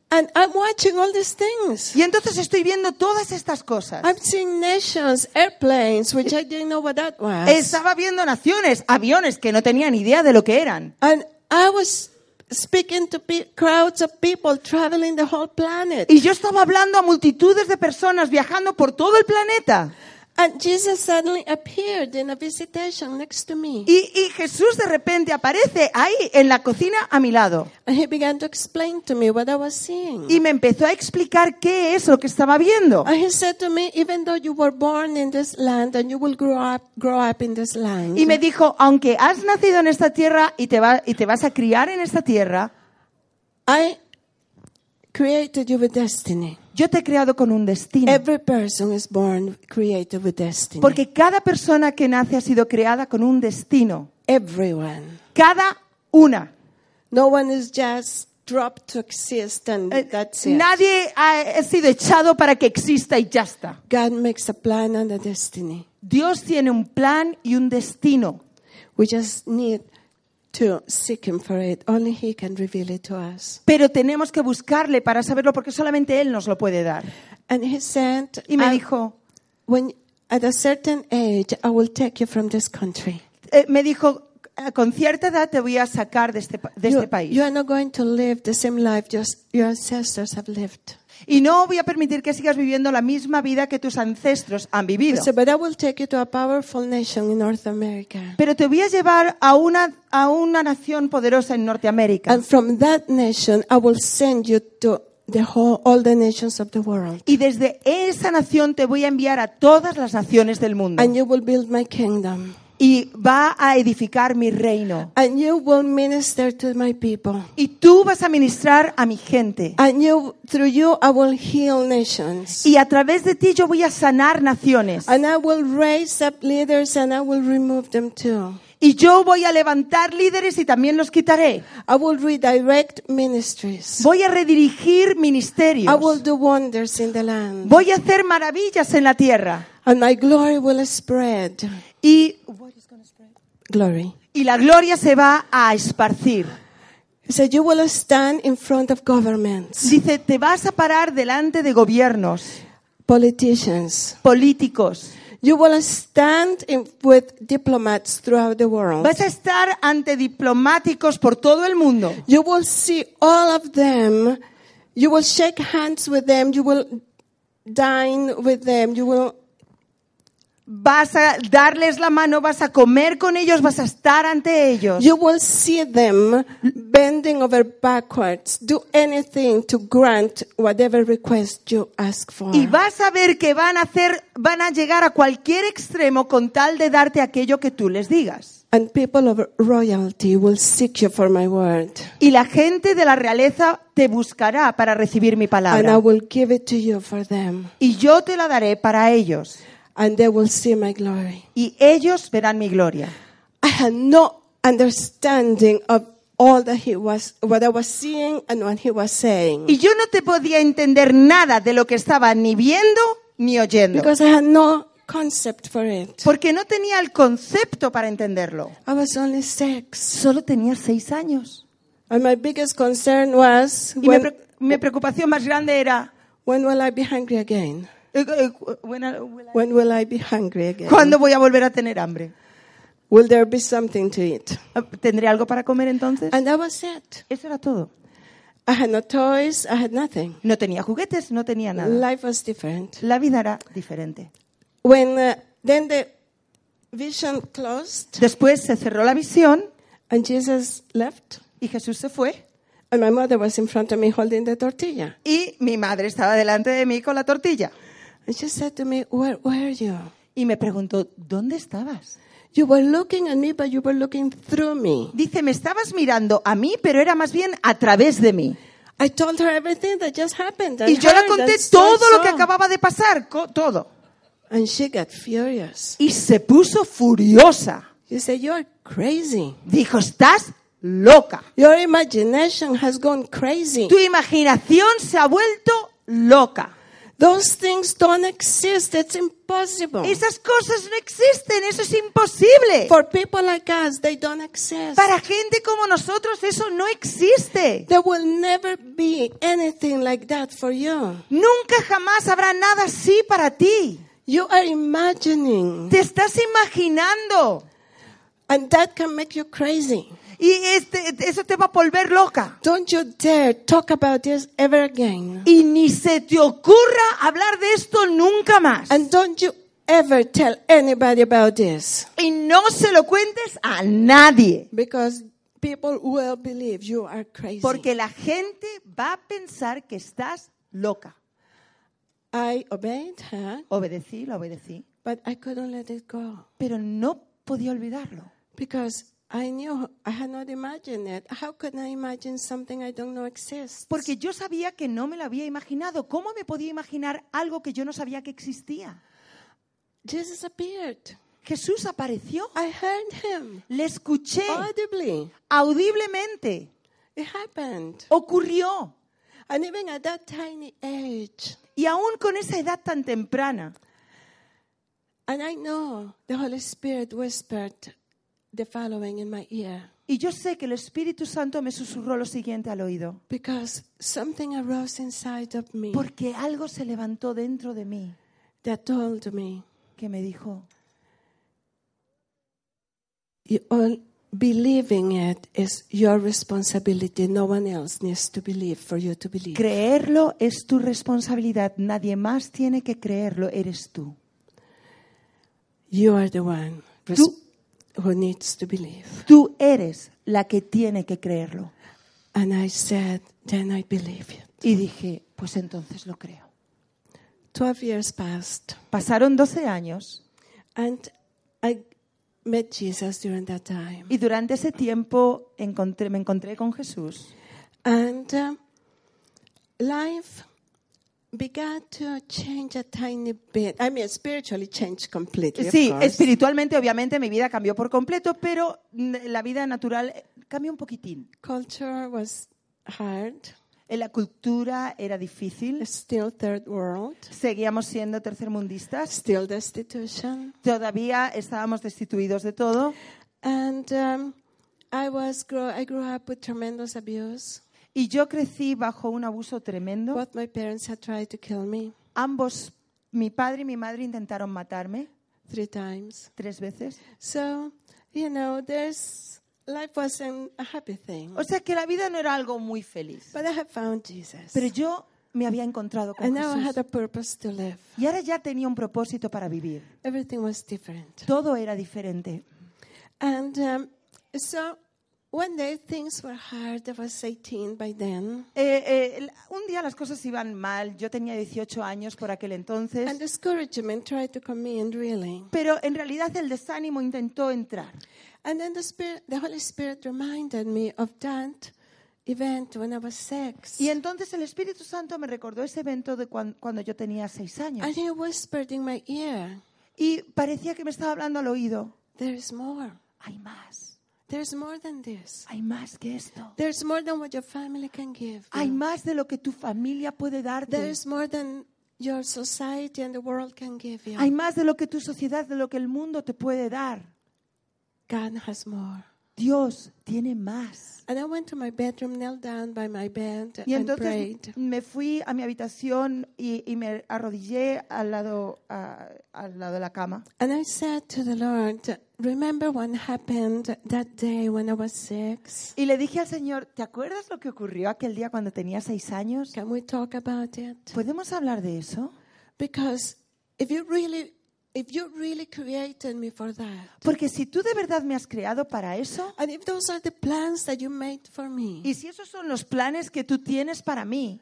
B: And I'm watching all these things.
C: Y entonces estoy viendo todas estas cosas.
B: I'm seeing nations, airplanes, which I didn't know what that was.
C: Estaba viendo naciones, aviones que no tenía ni idea de lo que eran.
B: and I was speaking to pe- crowds of people traveling the whole planet.
C: Y yo estaba hablando a multitudes de personas viajando por todo el planeta.
B: And Jesus suddenly appeared in a visitation next to me.
C: Y, y Jesús de repente aparece ahí en la cocina a mi lado
B: And he began to explain to me what I was seeing.
C: y me empezó a explicar qué es lo que estaba viendo.
B: And he said to me, even though you were born in this land and you will grow up, grow up in this land,
C: Y me dijo, aunque has nacido en esta tierra y te, va- y te vas a criar en esta tierra,
B: I created you with destiny.
C: yo te he creado con un destino.
B: Every person is born created with destiny.
C: Porque cada persona que nace ha sido creada con un destino.
B: everyone.
C: Cada una.
B: No one is just dropped to exist and
C: Eh,
B: that's it.
C: Nadie ha ha sido echado para que exista y ya está.
B: God makes a plan and a destiny.
C: Dios tiene un plan y un destino.
B: We just need to seek Him for it. Only He can reveal it to us.
C: Pero tenemos que buscarle para saberlo porque solamente Él nos lo puede dar.
B: And He sent,
C: Y me
B: I-
C: dijo,
B: when at a certain age, I will take you from this country.
C: eh, me dijo, "Eh, con cierta edad te voy a sacar de este, pa- de
B: You,
C: este país.
B: you are not going to live the same life your, your ancestors have lived.
C: y no voy a permitir que sigas viviendo la misma vida que tus ancestros han
B: He
C: vivido.
B: said, but I will take you to a powerful nation in North America.
C: Pero te voy a llevar a una, a una nación poderosa en Norteamérica.
B: And from that nation, I will send you to the whole, all the nations of the world.
C: Y desde esa nación te voy a enviar a todas las naciones del mundo.
B: And you will build my kingdom.
C: Y va a edificar mi reino.
B: And you will minister to my people.
C: Y tú vas a ministrar a mi gente.
B: And you, through you, I will heal nations.
C: Y a través de ti yo voy a sanar naciones.
B: And I will raise up leaders and I will remove them too.
C: Y yo voy a levantar líderes y también los quitaré.
B: I will redirect ministries.
C: Voy a redirigir
B: I
C: ministerios.
B: will do wonders in the land.
C: Voy a hacer maravillas en la tierra.
B: And my glory will spread.
C: Y,
B: Glory.
C: y la gloria se va a esparcir.
B: He said, You will stand in front of governments,
C: Dice, te vas a parar delante de gobiernos,
B: politicians.
C: políticos.
B: You will stand in, with diplomats throughout the world.
C: Vas a estar ante diplomáticos por todo el mundo.
B: You will see all of them. You will shake hands with them. You will dine with them. You will.
C: Vas a darles la mano, vas a comer con ellos, vas a estar ante ellos.
B: You will see them bending over backwards, do anything to grant whatever request you ask for.
C: Y vas a ver que van a hacer, van a llegar a cualquier extremo con tal de darte aquello que tú les digas.
B: And people of royalty will seek you for my word.
C: Y la gente de la realeza te buscará para recibir mi
B: And I
C: palabra.
B: will give it to you for them.
C: Y yo te la daré para ellos.
B: And they will see my glory.
C: Y ellos verán mi gloria.
B: I had no understanding of all that he was, what I was seeing and what he was saying.
C: Y yo no te podía entender nada de lo que estaba ni viendo ni oyendo.
B: because I had no concept for it.
C: Porque no tenía el concepto para entenderlo.
B: I was only six.
C: Solo tenía seis años.
B: And my biggest concern was
C: Y mi,
B: when,
C: pre- mi preocupación más grande era,
B: when will I be hungry again?
C: eh, eh, when I- when I-
B: When will I be hungry again?
C: ¿cuándo voy a volver a tener hambre?
B: Will there be something to eat?
C: ¿Tendré algo para comer entonces?
B: And that was it.
C: Eso era todo.
B: I had no toys, I had nothing.
C: No tenía juguetes, no tenía nada.
B: Life was different.
C: La vida era diferente.
B: When uh, then the vision closed
C: Después se cerró la visión
B: and Jesus left,
C: y Jesús se fue.
B: and my mother was in front of me holding the tortilla.
C: Y mi madre estaba delante de mí con la tortilla.
B: And she said to me, Where were you?
C: Y me preguntó, ¿dónde estabas?
B: You were looking at me, but you were looking through me.
C: Dice, me estabas mirando a mí, pero era más bien a través de mí.
B: I told her everything that just happened. and
C: Y yo le
B: heard
C: conté
B: and so-
C: todo lo que
B: so.
C: acababa de pasar, co- todo.
B: And she got furious.
C: Y se puso furiosa.
B: She said, You're crazy.
C: Dijo, estás loca.
B: Your imagination has gone crazy.
C: Tu imaginación se ha vuelto loca.
B: Those things don't exist. It's impossible.
C: Esas cosas no existen, eso es imposible.
B: For people like us, they don't exist.
C: Para gente como nosotros eso no existe.
B: There will never be anything like that for you.
C: Nunca jamás habrá nada así para ti.
B: You are imagining,
C: Te estás imaginando
B: and that can make you crazy.
C: y este- eso te va a volver loca.
B: Don't you dare talk about this ever again.
C: Y ni se te ocurra hablar de esto nunca más.
B: And don't you ever tell anybody about this
C: Y no se lo cuentes a nadie.
B: because people will believe you are crazy.
C: Porque la gente va a pensar que estás loca.
B: I obeyed her,
C: Obedecí, lo obedecí.
B: but I couldn't let it go
C: Pero no podía olvidarlo.
B: because I knew I had not imagined it. How could I imagine something I don't know exists?
C: Porque yo sabía que no me lo había imaginado. ¿Cómo me podía imaginar algo que yo no sabía que existía?
B: Jesus appeared.
C: Jesús apareció.
B: I heard him
C: Le escuché
B: audibly.
C: audiblemente.
B: It happened.
C: Ocurrió.
B: And even at that tiny age,
C: Y aún con esa edad tan temprana,
B: and I know the Holy Spirit whispered the following in my ear
C: y yo sé que el Espíritu Santo me susurró lo siguiente al oído.
B: because something arose inside of me
C: Porque algo se levantó dentro de mí
B: that told me,
C: que me dijo,
B: you all believing it is your responsibility. No one else needs to believe for you to believe.
C: creerlo es tu responsabilidad, nadie más tiene que creerlo, eres tú.
B: you are the one res-
C: Tú-
B: who needs to believe.
C: Tú eres la que tiene que creerlo.
B: And I said, then I believe it.
C: Y dije, pues entonces lo creo.
B: 12 years passed,
C: Pasaron 12 años
B: and I met Jesus during that time.
C: y durante ese tiempo encontré- me encontré con Jesús
B: And um, life began to change a tiny bit. I mean, spiritually changed completely. of
C: Sí,
B: course.
C: espiritualmente, obviamente, mi vida cambió por completo, pero mm, la vida natural eh, cambió un poquitín.
B: Culture was hard,
C: Eh, La cultura era difícil,
B: still third world,
C: seguíamos siendo tercermundistas,
B: still destitution.
C: todavía estábamos destituidos de todo
B: And um, I was grow. I grew up with tremendous abuse.
C: y yo crecí bajo un abuso tremendo.
B: Both my parents had tried to kill me
C: Ambos, mi padre y mi madre, intentaron matarme
B: three times.
C: tres veces.
B: So you know, there's life wasn't a happy thing.
C: O sea que la vida no era algo muy feliz.
B: But I have found Jesus.
C: Pero yo me había encontrado con
B: And now I
C: Jesús
B: had a purpose to live.
C: y ahora ya tenía un propósito para vivir.
B: Everything was different.
C: Todo era diferente.
B: And um, so one day things were hard. I was 18 by then.
C: Eh, eh, el- un día las cosas iban mal. Yo tenía 18 años por aquel
B: And
C: entonces.
B: discouragement tried to come in, really.
C: Pero en realidad el desánimo intentó entrar.
B: And then the, Spirit, the Holy Spirit reminded me of that event when I was six.
C: Y entonces el Espíritu Santo me recordó ese evento de cuan- cuando yo tenía seis años.
B: And he whispered in my ear,
C: Y parecía que me estaba hablando al oído.
B: There is more.
C: Hay más.
B: There's more than this.
C: Hay más que esto.
B: There's more than what your family can give.
C: Hay
B: you.
C: más de lo que tu familia puede darte.
B: There's more than your society and the world can give you.
C: Hay más de lo que tu sociedad, de lo que el mundo te puede dar.
B: God has more.
C: Dios tiene más.
B: And I went to my bedroom, knelt down by my bed,
C: Y
B: and
C: entonces
B: prayed.
C: me fui a mi habitación y, y me arrodillé al lado, a- al lado de la cama.
B: And I said to the Lord, Remember what happened that day when I was six?
C: Y le dije al Señor, ¿te acuerdas lo que ocurrió aquel día cuando tenía seis años?
B: Can we talk about it?
C: ¿Podemos hablar de eso?
B: Because if you really, if you really created me for that,
C: Porque si tú de verdad me has creado para eso,
B: and if those are the plans that you made for me,
C: y si esos son los planes que tú tienes para mí,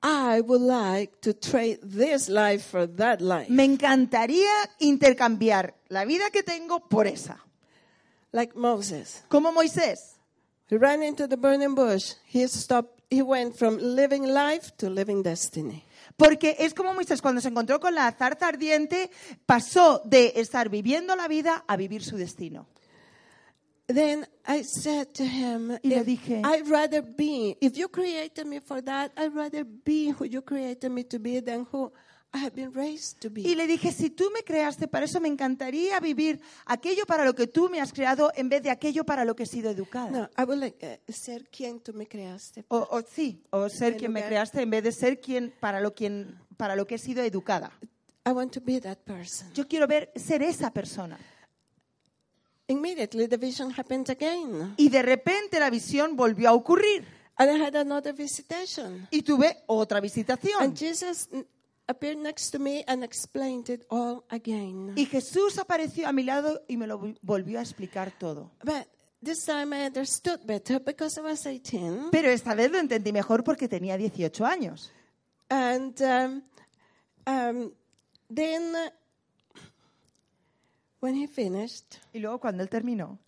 B: I would like to trade this life for that life.
C: me encantaría intercambiar la vida que tengo por esa.
B: Like Moses,
C: Como Moisés,
B: he ran into the burning bush. He stopped. He went from living life to living destiny.
C: Porque es como Moisés cuando se encontró con la zarza ardiente, pasó de estar viviendo la vida a vivir su destino.
B: Then I said to him,
C: Y le
B: "If-
C: dije-
B: I'd rather be, if you created me for that, I'd rather be who you created me to be than who I have been raised to
C: Y
B: be.
C: le dije, si tú me creaste para eso, me encantaría vivir aquello para lo que tú me has creado en vez de aquello para lo que he sido educada.
B: No, I would like eh, ser quien tú me creaste.
C: O, o sí, o ser
B: En
C: quien me
B: lugar-
C: creaste en vez de ser quien para lo quien para lo que he sido educada.
B: I want to be that person.
C: Yo quiero ver ser esa persona.
B: Immediately the vision happened again.
C: Y de repente la visión volvió a ocurrir
B: And I had another visitation.
C: y tuve otra visitación.
B: And Jesus mm, appeared next to me and explained it all again.
C: Y Jesús apareció a mi lado y me lo vol- volvió a explicar todo.
B: But this time I understood better because I was 18.
C: Pero esta vez lo entendí mejor porque tenía 18 años.
B: And um, um, then uh, when he finished,
C: Y luego cuando él terminó,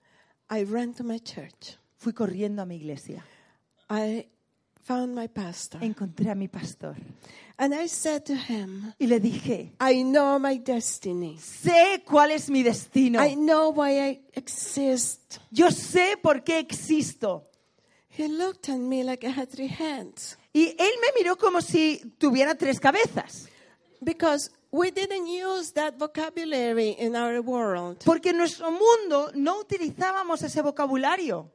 B: I ran to my church.
C: fui corriendo a mi iglesia.
B: I found my pastor.
C: Encontré a mi pastor
B: And I said to him,
C: y le dije,
B: I know my destiny.
C: sé cuál es mi destino.
B: I know why I exist.
C: Yo sé por qué existo.
B: He looked at me like I had three hands.
C: Y él me miró como si tuviera tres cabezas,
B: Because we didn't use that vocabulary in our world.
C: porque en nuestro mundo no utilizábamos ese vocabulario.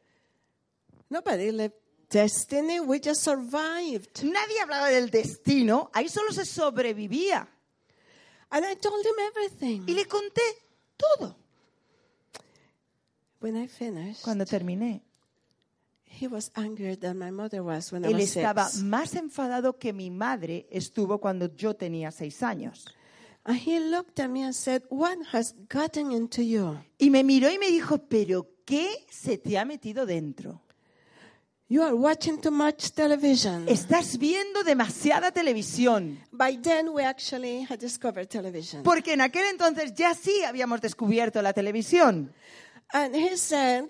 B: Nobody lived destiny, we just survived.
C: Nadie hablaba del destino, ahí solo se sobrevivía.
B: And I told him everything.
C: Y le conté todo.
B: When I finished,
C: Cuando terminé,
B: he was angrier than my mother was when I
C: él
B: was
C: estaba
B: six.
C: más enfadado que mi madre estuvo cuando yo tenía seis años.
B: And he looked at me and said, What has gotten into you?
C: Y me miró y me dijo, pero ¿qué se te ha metido dentro?
B: You are watching too much television.
C: Estás viendo demasiada televisión.
B: By then, we actually had discovered television.
C: Porque en aquel entonces ya sí habíamos descubierto la televisión.
B: and he said,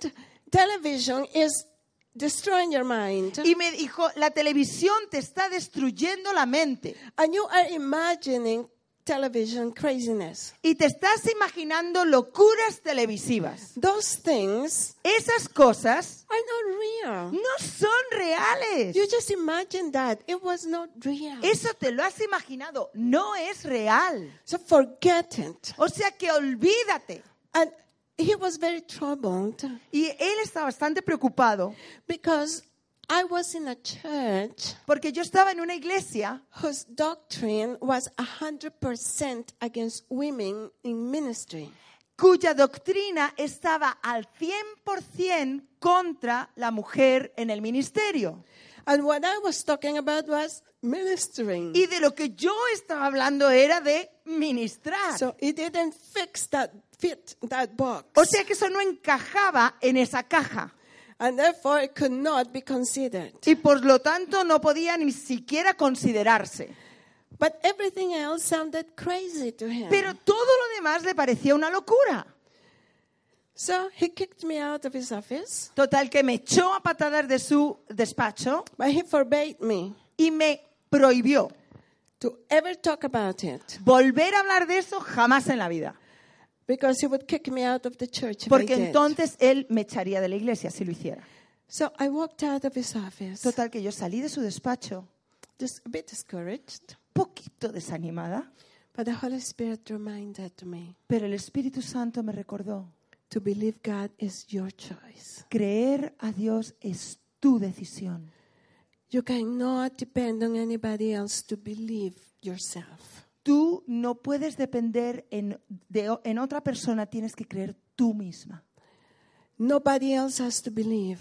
B: Television is destroying your mind.
C: Y me dijo, la televisión te está destruyendo la mente.
B: And you are imagining television craziness.
C: Y te estás imaginando locuras televisivas.
B: Those things
C: Esas cosas
B: are not real.
C: no son reales.
B: You just imagine that. It was not real.
C: Eso te lo has imaginado. No es real.
B: so forget it.
C: O sea que olvídate.
B: And he was very troubled
C: Y él está bastante preocupado
B: because I was in a church
C: porque yo estaba en una iglesia
B: whose doctrine was 100% against women in ministry.
C: cuya doctrina estaba al 100% contra la mujer en el ministerio.
B: And what I was talking about was ministering.
C: Y de lo que yo estaba hablando era de ministrar.
B: so it didn't fix that fit that box.
C: O sea que eso no encajaba en esa caja.
B: and therefore it could not be considered.
C: Y por lo tanto no podía ni siquiera considerarse.
B: But everything else sounded crazy to him.
C: Pero todo lo demás le parecía una locura.
B: so he kicked me out of his office,
C: Total que me echó a patadas de su despacho
B: but he forbade me
C: y me prohibió
B: to ever talk about it
C: volver a hablar de eso jamás en la vida.
B: because he would kick me out of the church. If I
C: Porque
B: did.
C: entonces él me echaría de la iglesia si lo hiciera.
B: so I walked out of his office,
C: Total que yo salí de su despacho
B: just a bit discouraged,
C: poquito desanimada,
B: but the Holy Spirit reminded me
C: pero el Espíritu Santo me recordó
B: to believe God is your choice.
C: Creer a Dios es tu decisión.
B: You cannot depend on anybody else to believe yourself.
C: Tú no puedes depender en, de- en otra persona, tienes que creer tú misma.
B: Nobody else has to believe.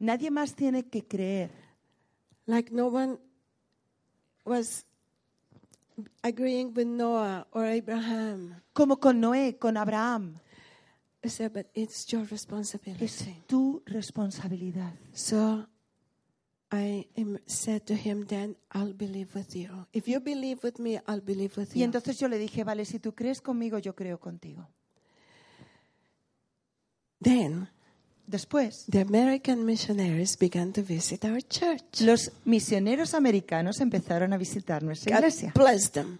C: Nadie más tiene que creer.
B: like no one was agreeing with Noah or Abraham.
C: Como con Noé, con Abraham.
B: I said, but it's your responsibility.
C: Es tu responsabilidad.
B: So I am- said to him, then I'll believe with you. If you believe with me, I'll believe with
C: Y
B: you.
C: entonces yo le dije, vale, si tú crees conmigo, yo creo contigo.
B: Then
C: Después,
B: the American missionaries began to visit our church.
C: los misioneros americanos empezaron a visitar nuestra
B: God
C: iglesia.
B: bless them.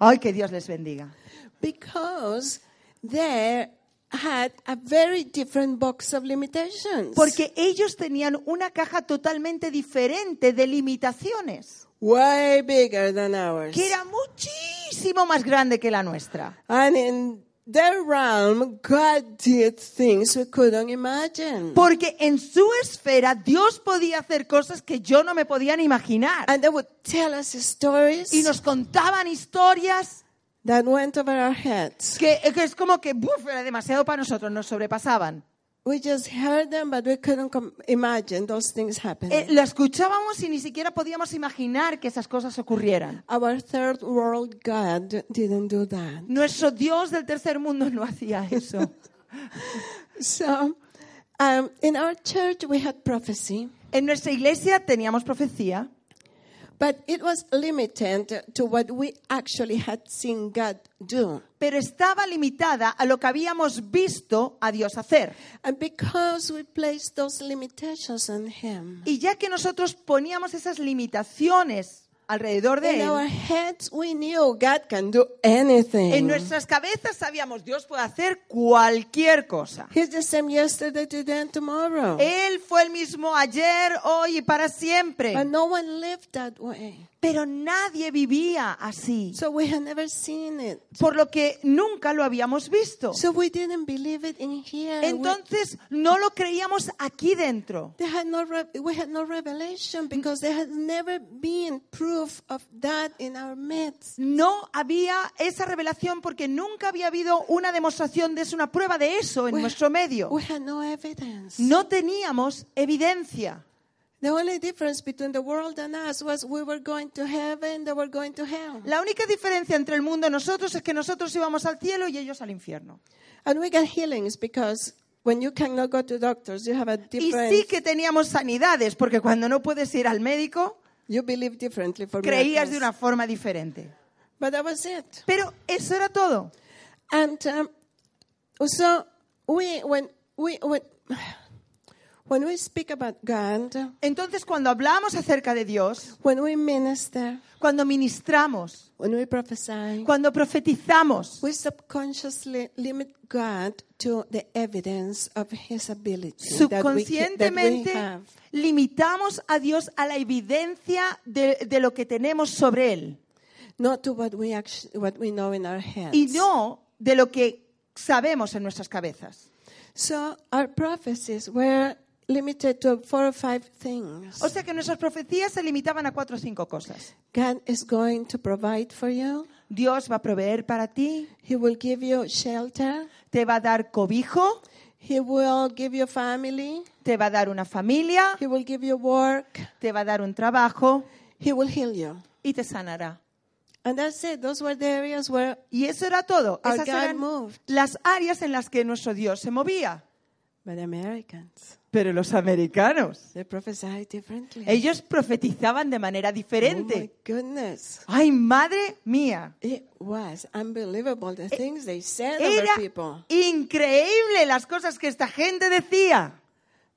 C: Ay, que Dios les bendiga.
B: Because there had a very different box of limitations.
C: Porque ellos tenían una caja totalmente diferente de limitaciones,
B: way bigger than ours.
C: que era muchísimo más grande que la nuestra.
B: And in their realm, God did things we couldn't imagine.
C: Porque en su esfera Dios podía hacer cosas que yo no me podía ni imaginar.
B: And they would tell us stories
C: Y nos contaban historias
B: that went over our heads.
C: que, que es como que buf, era demasiado para nosotros, nos sobrepasaban.
B: We just heard them, but we couldn't com- imagine those things
C: Eh,
B: happening.
C: lo escuchábamos y ni siquiera podíamos imaginar que esas cosas ocurrieran.
B: Our third world God didn't do that.
C: Nuestro Dios del tercer mundo no hacía eso.
B: So, um, in our church, we had prophecy,
C: En nuestra iglesia teníamos profecía,
B: but it was limited to what we actually had seen God do.
C: pero estaba limitada a lo que habíamos visto a Dios hacer.
B: And because we placed those limitations on Him,
C: Y ya que nosotros poníamos esas limitaciones alrededor
B: in
C: de
B: our
C: él,
B: heads, we knew God can do
C: en
B: anything.
C: nuestras cabezas sabíamos Dios puede hacer cualquier cosa.
B: He's the same yesterday, today, and tomorrow.
C: Él fue el mismo ayer, hoy y para
B: But
C: siempre.
B: no one lived that way.
C: Pero nadie vivía así,
B: So we had never seen it.
C: por lo que nunca lo habíamos visto.
B: So we didn't believe it in here. We-
C: Entonces no lo creíamos aquí dentro.
B: they had no re- we had no
C: Mm.
B: revelation because there had never been proof of that in our midst.
C: No había esa revelación porque nunca había habido una demostración de eso, una prueba de eso en
B: We-
C: nuestro medio.
B: We had no evidence.
C: No teníamos evidencia.
B: The only difference between the world and us was we were going to heaven, they were going to hell.
C: La única diferencia entre el mundo y nosotros es que nosotros íbamos al cielo y ellos al infierno.
B: And we got healings because when you cannot go to doctors, you have a
C: Y
B: different,
C: sí que teníamos sanidades, porque cuando no puedes ir al médico,
B: you believe differently for
C: creías
B: miracles.
C: de una forma diferente.
B: But that was it.
C: Pero eso era todo.
B: And um, so we, when we, when, when we speak about God,
C: Entonces, cuando hablamos acerca de Dios,
B: when we minister,
C: cuando ministramos,
B: when we prophesy,
C: cuando profetizamos,
B: we subconsciously limit God to the evidence of His ability that we, ca- that we
C: subconscientemente
B: have.
C: limitamos a Dios a la evidencia de, de lo que tenemos sobre Él
B: Not to what we actually, what we know in our heads.
C: y no de lo que sabemos en nuestras cabezas.
B: So our prophecies were limited to four or five things.
C: O sea que nuestras profecías se limitaban a cuatro o cinco cosas.
B: God is going to provide for you.
C: Dios va a proveer para ti,
B: He will give you shelter.
C: te va a dar cobijo,
B: He will give you family.
C: te va a dar una familia,
B: He will give you work.
C: te va a dar un trabajo
B: He will heal you.
C: y te sanará.
B: And that's it. Those were the areas where
C: Y eso era todo.
B: Our
C: Esas
B: God
C: eran
B: moved.
C: las áreas en las que nuestro Dios se movía.
B: but Americans
C: Pero los americanos.
B: they prophesy differently.
C: Ellos profetizaban de manera
B: oh my
C: diferente.
B: goodness.
C: Ay, madre mía.
B: It was unbelievable the things they said
C: Eh, Era
B: over people
C: increíble las cosas que esta gente decía,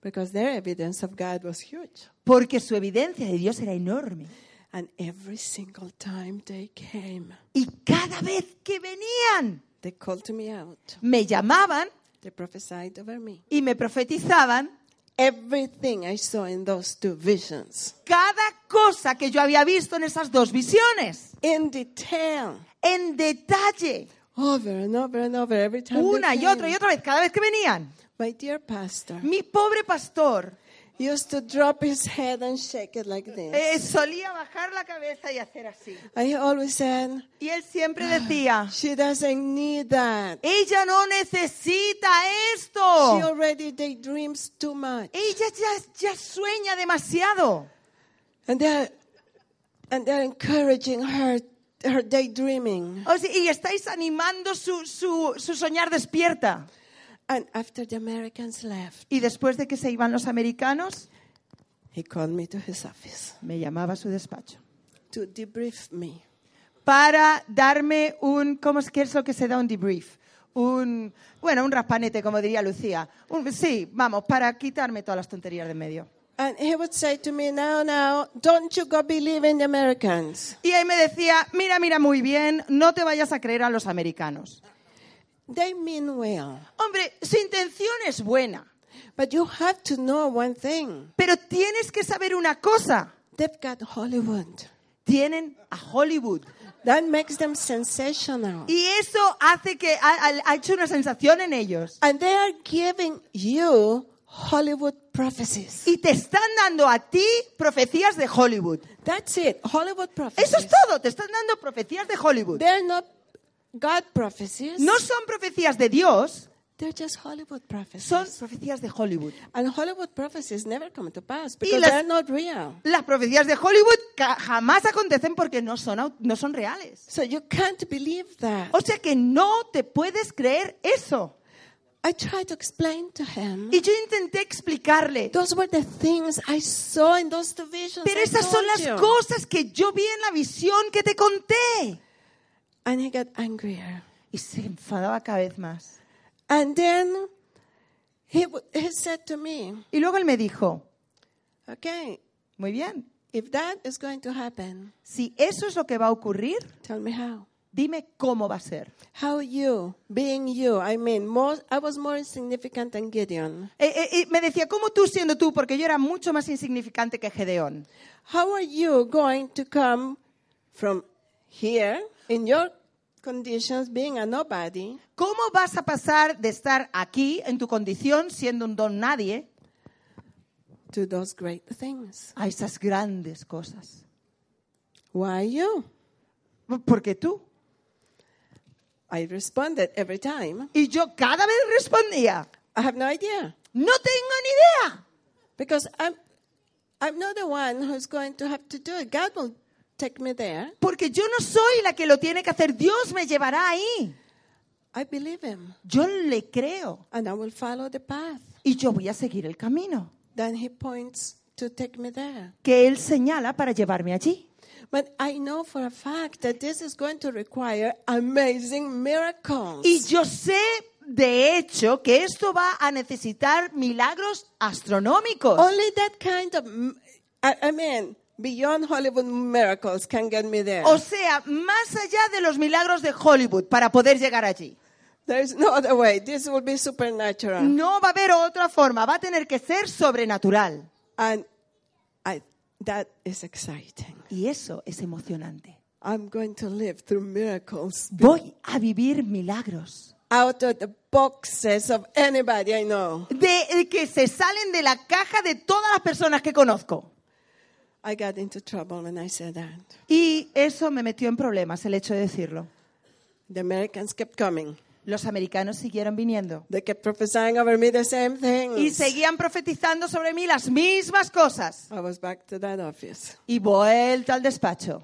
B: because their evidence of God was huge.
C: porque su evidencia de Dios era enorme.
B: And every single time they came,
C: Y cada vez que venían,
B: they called me out.
C: me llamaban
B: They prophesied over me.
C: y me profetizaban
B: Everything I saw in those two visions,
C: cada cosa que yo había visto en esas dos visiones,
B: in detail,
C: en detalle,
B: over and over and over, every time. they
C: una y
B: came.
C: otra y otra vez, cada vez que venían.
B: My dear pastor
C: Mi pobre pastor
B: used to drop his head and shake it like this.
C: eh, solía bajar la cabeza y hacer así.
B: And he always said,
C: Y él siempre decía,
B: She doesn't need that.
C: Ella no necesita
B: She
C: esto.
B: already daydreams too much.
C: Ella ya, ya sueña demasiado.
B: And they're, and they're encouraging her, her daydreaming.
C: O sea, y estáis animando su, su, su soñar despierta.
B: And after the Americans left,
C: Y después de que se iban los americanos,
B: He called me to his office
C: me llamaba a su despacho.
B: to debrief me.
C: Para darme un, ¿cómo es que es lo que se da un debrief? Un, bueno, un raspanete, como diría Lucía. Un- sí, vamos, para quitarme todas las tonterías de en medio.
B: And he would say to me, Now, now, don't you go believe in the Americans.
C: Y él me decía, mira, mira, muy bien, no te vayas a creer a los americanos.
B: They mean well.
C: Hombre, su intención es buena,
B: But you have to know one thing.
C: pero tienes que saber una cosa.
B: They've got Hollywood.
C: Tienen a Hollywood.
B: That makes them sensational.
C: Y eso hace que ha, ha- ha hecho una sensación en ellos.
B: And they are giving you Hollywood prophecies.
C: Y te están dando a ti profecías de Hollywood.
B: That's it. Hollywood prophecies.
C: Eso es todo, te están dando profecías de Hollywood.
B: They're not God prophecies.
C: No son profecías de Dios,
B: They're just Hollywood prophecies.
C: son profecías de Hollywood.
B: and Hollywood prophecies never come to pass because
C: las-
B: they're not real.
C: Las profecías de Hollywood ca- jamás acontecen porque no son, au- no son reales.
B: So you can't believe that.
C: O sea que no te puedes creer eso.
B: I tried to explain to him.
C: Y yo intenté explicarle,
B: Those were the things I saw in those two visions.
C: pero
B: I
C: esas son
B: told
C: las
B: you.
C: cosas que yo vi en la visión que te conté.
B: And he got angrier.
C: Y se enfadaba cada vez más.
B: And then he, w- he said to me,
C: Y luego él me dijo,
B: Okay,
C: muy bien,
B: if that is going to happen,
C: si eso es lo que va a ocurrir,
B: tell me how.
C: dime cómo va a ser.
B: How you, being you, I mean, more, I was more insignificant than Gideon.
C: Eh, eh, eh, me decía, ¿cómo tú siendo tú? Porque yo era mucho más insignificante que Gedeón.
B: How are you going to come from here in your conditions, being a nobody,
C: ¿Cómo vas a pasar de estar aquí, en tu condición, siendo un don nadie,
B: to those great things?
C: a esas grandes cosas?
B: Why you?
C: Porque tú.
B: I responded every time.
C: Y yo cada vez respondía,
B: I have no idea.
C: no tengo ni idea.
B: Because I'm, I'm not the one who's going to have to do it. God will take me there.
C: Porque yo no soy la que lo tiene que hacer. Dios me llevará ahí.
B: I believe Him,
C: Yo le creo.
B: and I will follow the path.
C: Y yo voy a seguir el camino
B: Then He points to take me there.
C: que Él señala para llevarme allí.
B: But I know for a fact that this is going to require amazing miracles.
C: Y yo sé, de hecho, que esto va a necesitar milagros astronómicos.
B: Only that kind of, m- I, I mean, beyond Hollywood miracles can get me there.
C: O sea, más allá de los milagros de Hollywood para poder llegar allí.
B: There's no other way. This will be supernatural.
C: No va a haber otra forma, va a tener que ser sobrenatural.
B: And I, that is exciting.
C: Y eso es emocionante.
B: I'm going to live through miracles
C: Voy a vivir milagros
B: out of the boxes of anybody I know.
C: de de que se salen de la caja de todas las personas que conozco.
B: I got into trouble when I said that.
C: Y eso me metió en problemas el hecho de decirlo.
B: The Americans kept coming.
C: Los americanos siguieron viniendo
B: They kept prophesying over me the same
C: y
B: things.
C: seguían profetizando sobre mí las mismas cosas.
B: I was back to that office.
C: Y vuelta al despacho.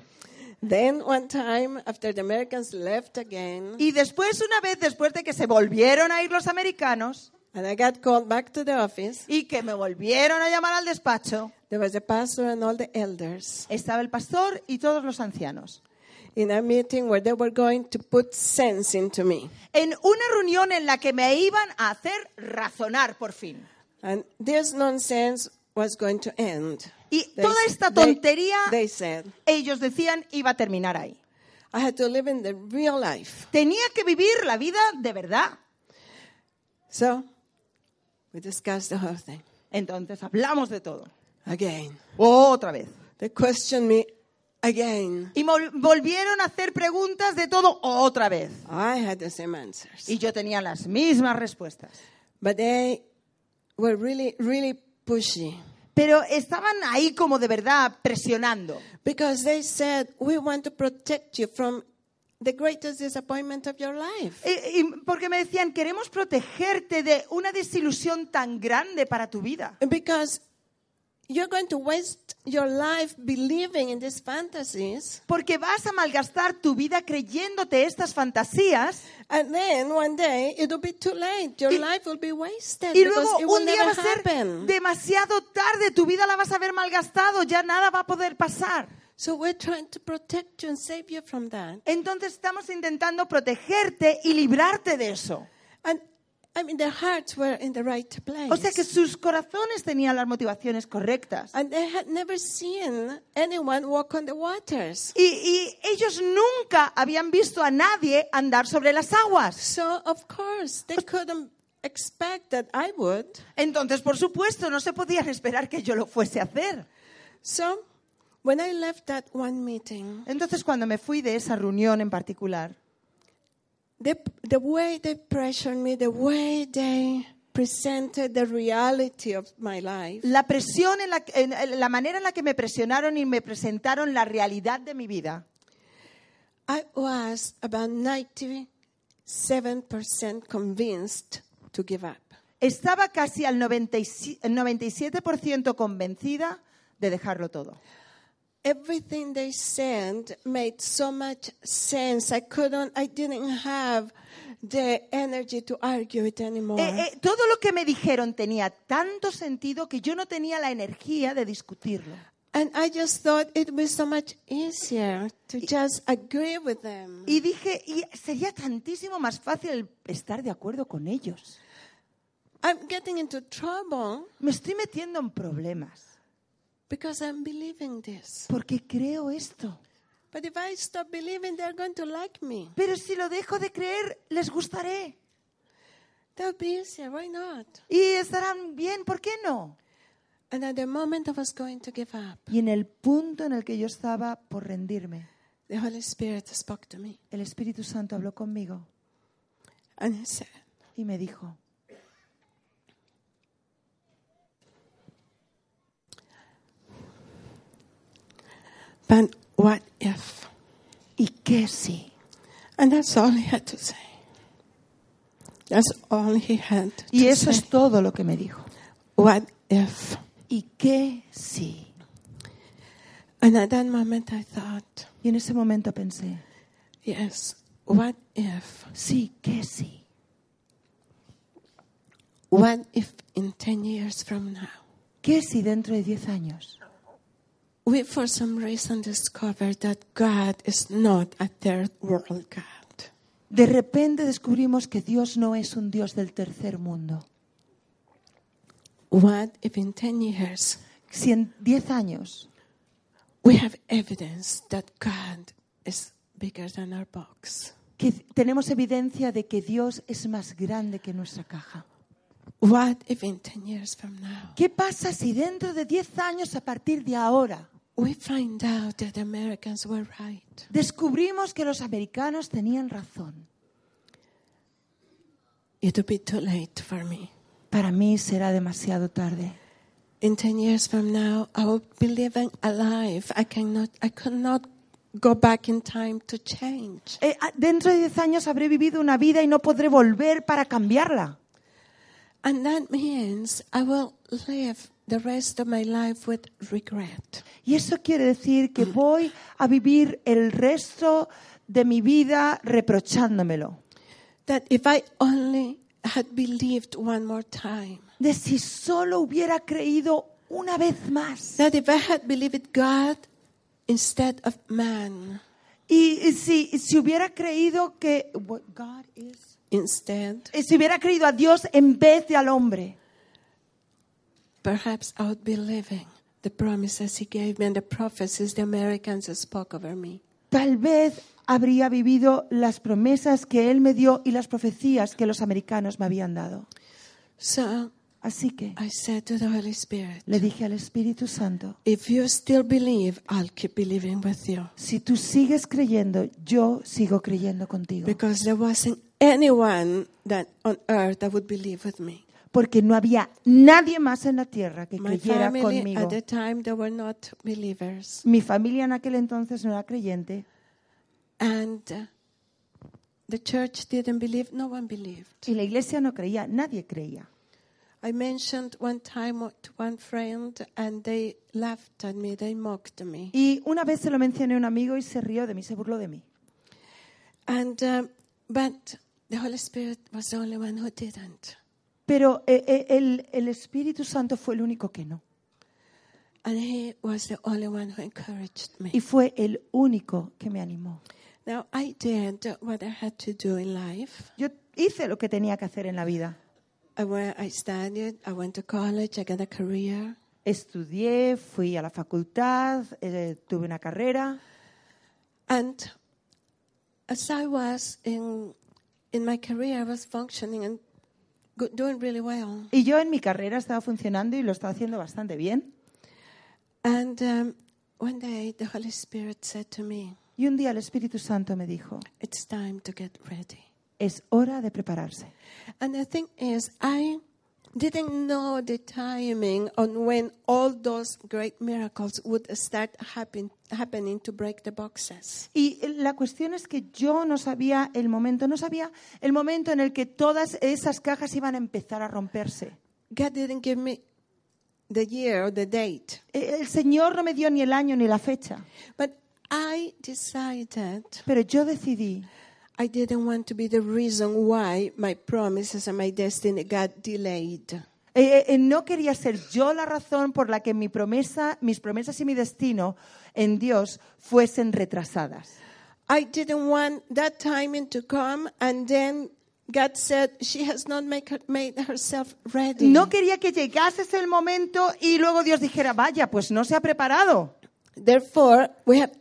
B: Then one time, after the Americans left again,
C: Y después, una vez después de que se volvieron a ir los americanos,
B: and I got called back to the office,
C: y que me volvieron a llamar al despacho,
B: there was a pastor and all the elders
C: estaba el pastor y todos los ancianos.
B: in a meeting where they were going to put sense into me.
C: En una reunión en la que me iban a hacer razonar por fin.
B: And this nonsense was going to end.
C: Y
B: They-
C: toda esta
B: they-
C: tontería-
B: They, said,
C: Ellos decían iba a terminar ahí.
B: I had to live in the real life.
C: Tenía que vivir la vida de verdad.
B: So we discussed the whole thing
C: Entonces hablamos de todo.
B: again.
C: Otra vez.
B: They questioned me again.
C: Y mol- volvieron a hacer preguntas de todo otra vez.
B: I had the same answers.
C: Y yo tenía las mismas respuestas.
B: But they were really, really pushy
C: Pero estaban ahí como de verdad presionando.
B: because they said, We want to protect you from the greatest disappointment of your life.
C: Y- y porque me decían, queremos protegerte de una desilusión tan grande para tu vida.
B: Because you're going to waste your life believing in these fantasies.
C: Porque vas a malgastar tu vida creyéndote estas fantasías
B: And then one day it'll be too late. Your
C: Y-
B: life will be wasted
C: y
B: because
C: luego
B: it will
C: un día va
B: never
C: a ser
B: happen.
C: demasiado tarde. Tu vida la vas a haber malgastado, ya nada va a poder pasar.
B: So we're trying to protect you and save you from that.
C: Entonces estamos intentando protegerte y librarte de eso.
B: And I mean, their hearts were in the right place.
C: O sea que sus corazones tenían las motivaciones correctas.
B: And they had never seen anyone walk on the waters.
C: Y, y ellos nunca habían visto a nadie andar sobre las aguas.
B: So, of course, they couldn't expect that I would.
C: Entonces, por supuesto, no se podían esperar que yo lo fuese a hacer.
B: So, when I left that one meeting,
C: Entonces, cuando me fui de esa reunión en particular,
B: the, the way they pressured me, the way they presented the reality of my life,
C: la presión, en la, en- en la manera en la que me presionaron y me presentaron la realidad de mi vida,
B: I was about 97% convinced to give up.
C: estaba casi al 97% el 97% convencida de dejarlo todo.
B: Everything they said made so much sense. I couldn't, I didn't have the energy to argue it anymore.
C: Eh, eh, todo lo que me dijeron tenía tanto sentido que yo no tenía la energía de discutirlo.
B: And I just thought it would be so much easier to
C: Eh.
B: just agree with them.
C: Y dije, y sería tantísimo más fácil estar de acuerdo con ellos.
B: I'm getting into trouble
C: Me estoy metiendo en problemas
B: because I'm believing this.
C: porque creo esto.
B: But if I stop believing, they're going to like me.
C: Pero si lo dejo de creer, les gustaré.
B: That would be easier. Why not?
C: Y estarán bien, ¿por qué no?
B: And at the moment I was going to give up,
C: Y en el punto en el que yo estaba por rendirme,
B: the Holy Spirit spoke to me
C: el Espíritu Santo habló conmigo
B: and he said,
C: y me dijo,
B: But what if?
C: ¿y qué sí?
B: And that's all he had to say. That's all he had to
C: Y eso
B: say.
C: es todo lo que me dijo.
B: What if?
C: ¿Y qué sí?
B: And at that moment I thought,
C: Y en ese momento pensé,
B: yes, what if?
C: sí, qué sí.
B: What if in 10 years from now,
C: ¿Qué si dentro de 10 años
B: we for some reason discover that God is not a third world God?
C: de repente descubrimos que Dios no es un Dios del tercer mundo?
B: What if in 10 years
C: Si en 10 años
B: we have evidence that God is bigger than our box?
C: que tenemos evidencia de que Dios es más grande que nuestra caja.
B: What if in 10 years from now
C: ¿Qué pasa si dentro de 10 años a partir de ahora
B: we find out that the Americans were right?
C: descubrimos que los americanos tenían razón?
B: It will be too late for me.
C: Para mí será demasiado tarde.
B: In 10 years from now, I will be living a life I cannot, I could not go back in time to change.
C: Eh, ah, dentro de 10 años habré vivido una vida y no podré volver para cambiarla.
B: And that means I will live the rest of my life with regret.
C: Y eso quiere decir que voy a vivir el resto de mi vida reprochándomelo.
B: That if I only had believed one more time,
C: De si solo hubiera creído una vez más.
B: that if I had believed God instead of man,
C: Y, y si, y si hubiera creído que what God is-
B: instead,
C: y si hubiera creído a Dios en vez de al hombre,
B: perhaps I would be living the promises He gave me and the prophecies the Americans spoke over me.
C: tal vez habría vivido las promesas que Él me dio y las profecías que los americanos me habían dado.
B: So
C: Así que
B: I said to the Holy Spirit,
C: le dije al Espíritu Santo,
B: If you still believe, I'll keep believing with you.
C: si tú sigues creyendo, yo sigo creyendo contigo.
B: Because there wasn't anyone that on earth that would believe with me.
C: porque no había nadie más en la tierra que
B: My
C: creyera
B: family
C: conmigo.
B: at the time they were not believers,
C: Mi familia en aquel entonces no era creyente
B: and uh, the church didn't believe. No one believed.
C: y la iglesia no creía, nadie creía.
B: I mentioned one time to one friend, and they laughed at me. They mocked me.
C: Y una vez se lo mencioné a un amigo y se rió de mí, se burló de mí.
B: And um, but the Holy Spirit was the only one who didn't.
C: Pero eh, eh, el, el Espíritu Santo fue el único que no.
B: And he was the only one who encouraged me.
C: Y fue el único que me animó.
B: Now, I did what I had to do in life.
C: Yo hice lo que tenía que hacer en la vida.
B: I, went, I studied, I went to college, I got a career.
C: Estudié, fui a la facultad, eh, tuve una carrera.
B: And as I was in, in my career, I was functioning and go, doing really well.
C: Y yo en mi carrera estaba funcionando y lo estaba haciendo bastante bien.
B: And um, one day the Holy Spirit said to me,
C: Y un día el Espíritu Santo me dijo,
B: It's time to get ready.
C: es hora de prepararse.
B: And the thing is, I didn't know the timing on when all those great miracles would start happen, happening to break the boxes.
C: Y la cuestión es que yo no sabía el momento, no sabía el momento en el que todas esas cajas iban a empezar a romperse.
B: God didn't give me the year or the date,
C: Eh, El Señor no me dio ni el año ni la fecha,
B: but I decided
C: pero yo decidí
B: I didn't want to be the reason why my promises and my destiny got delayed.
C: Eh, eh, eh, no quería ser yo la razón por la que mi promesa, mis promesas y mi destino en Dios fuesen retrasadas.
B: I didn't want that timing to come, and then God said, She has not make her, made herself ready.
C: No quería que llegase el momento y luego Dios dijera, vaya, pues no se ha preparado.
B: Therefore, we have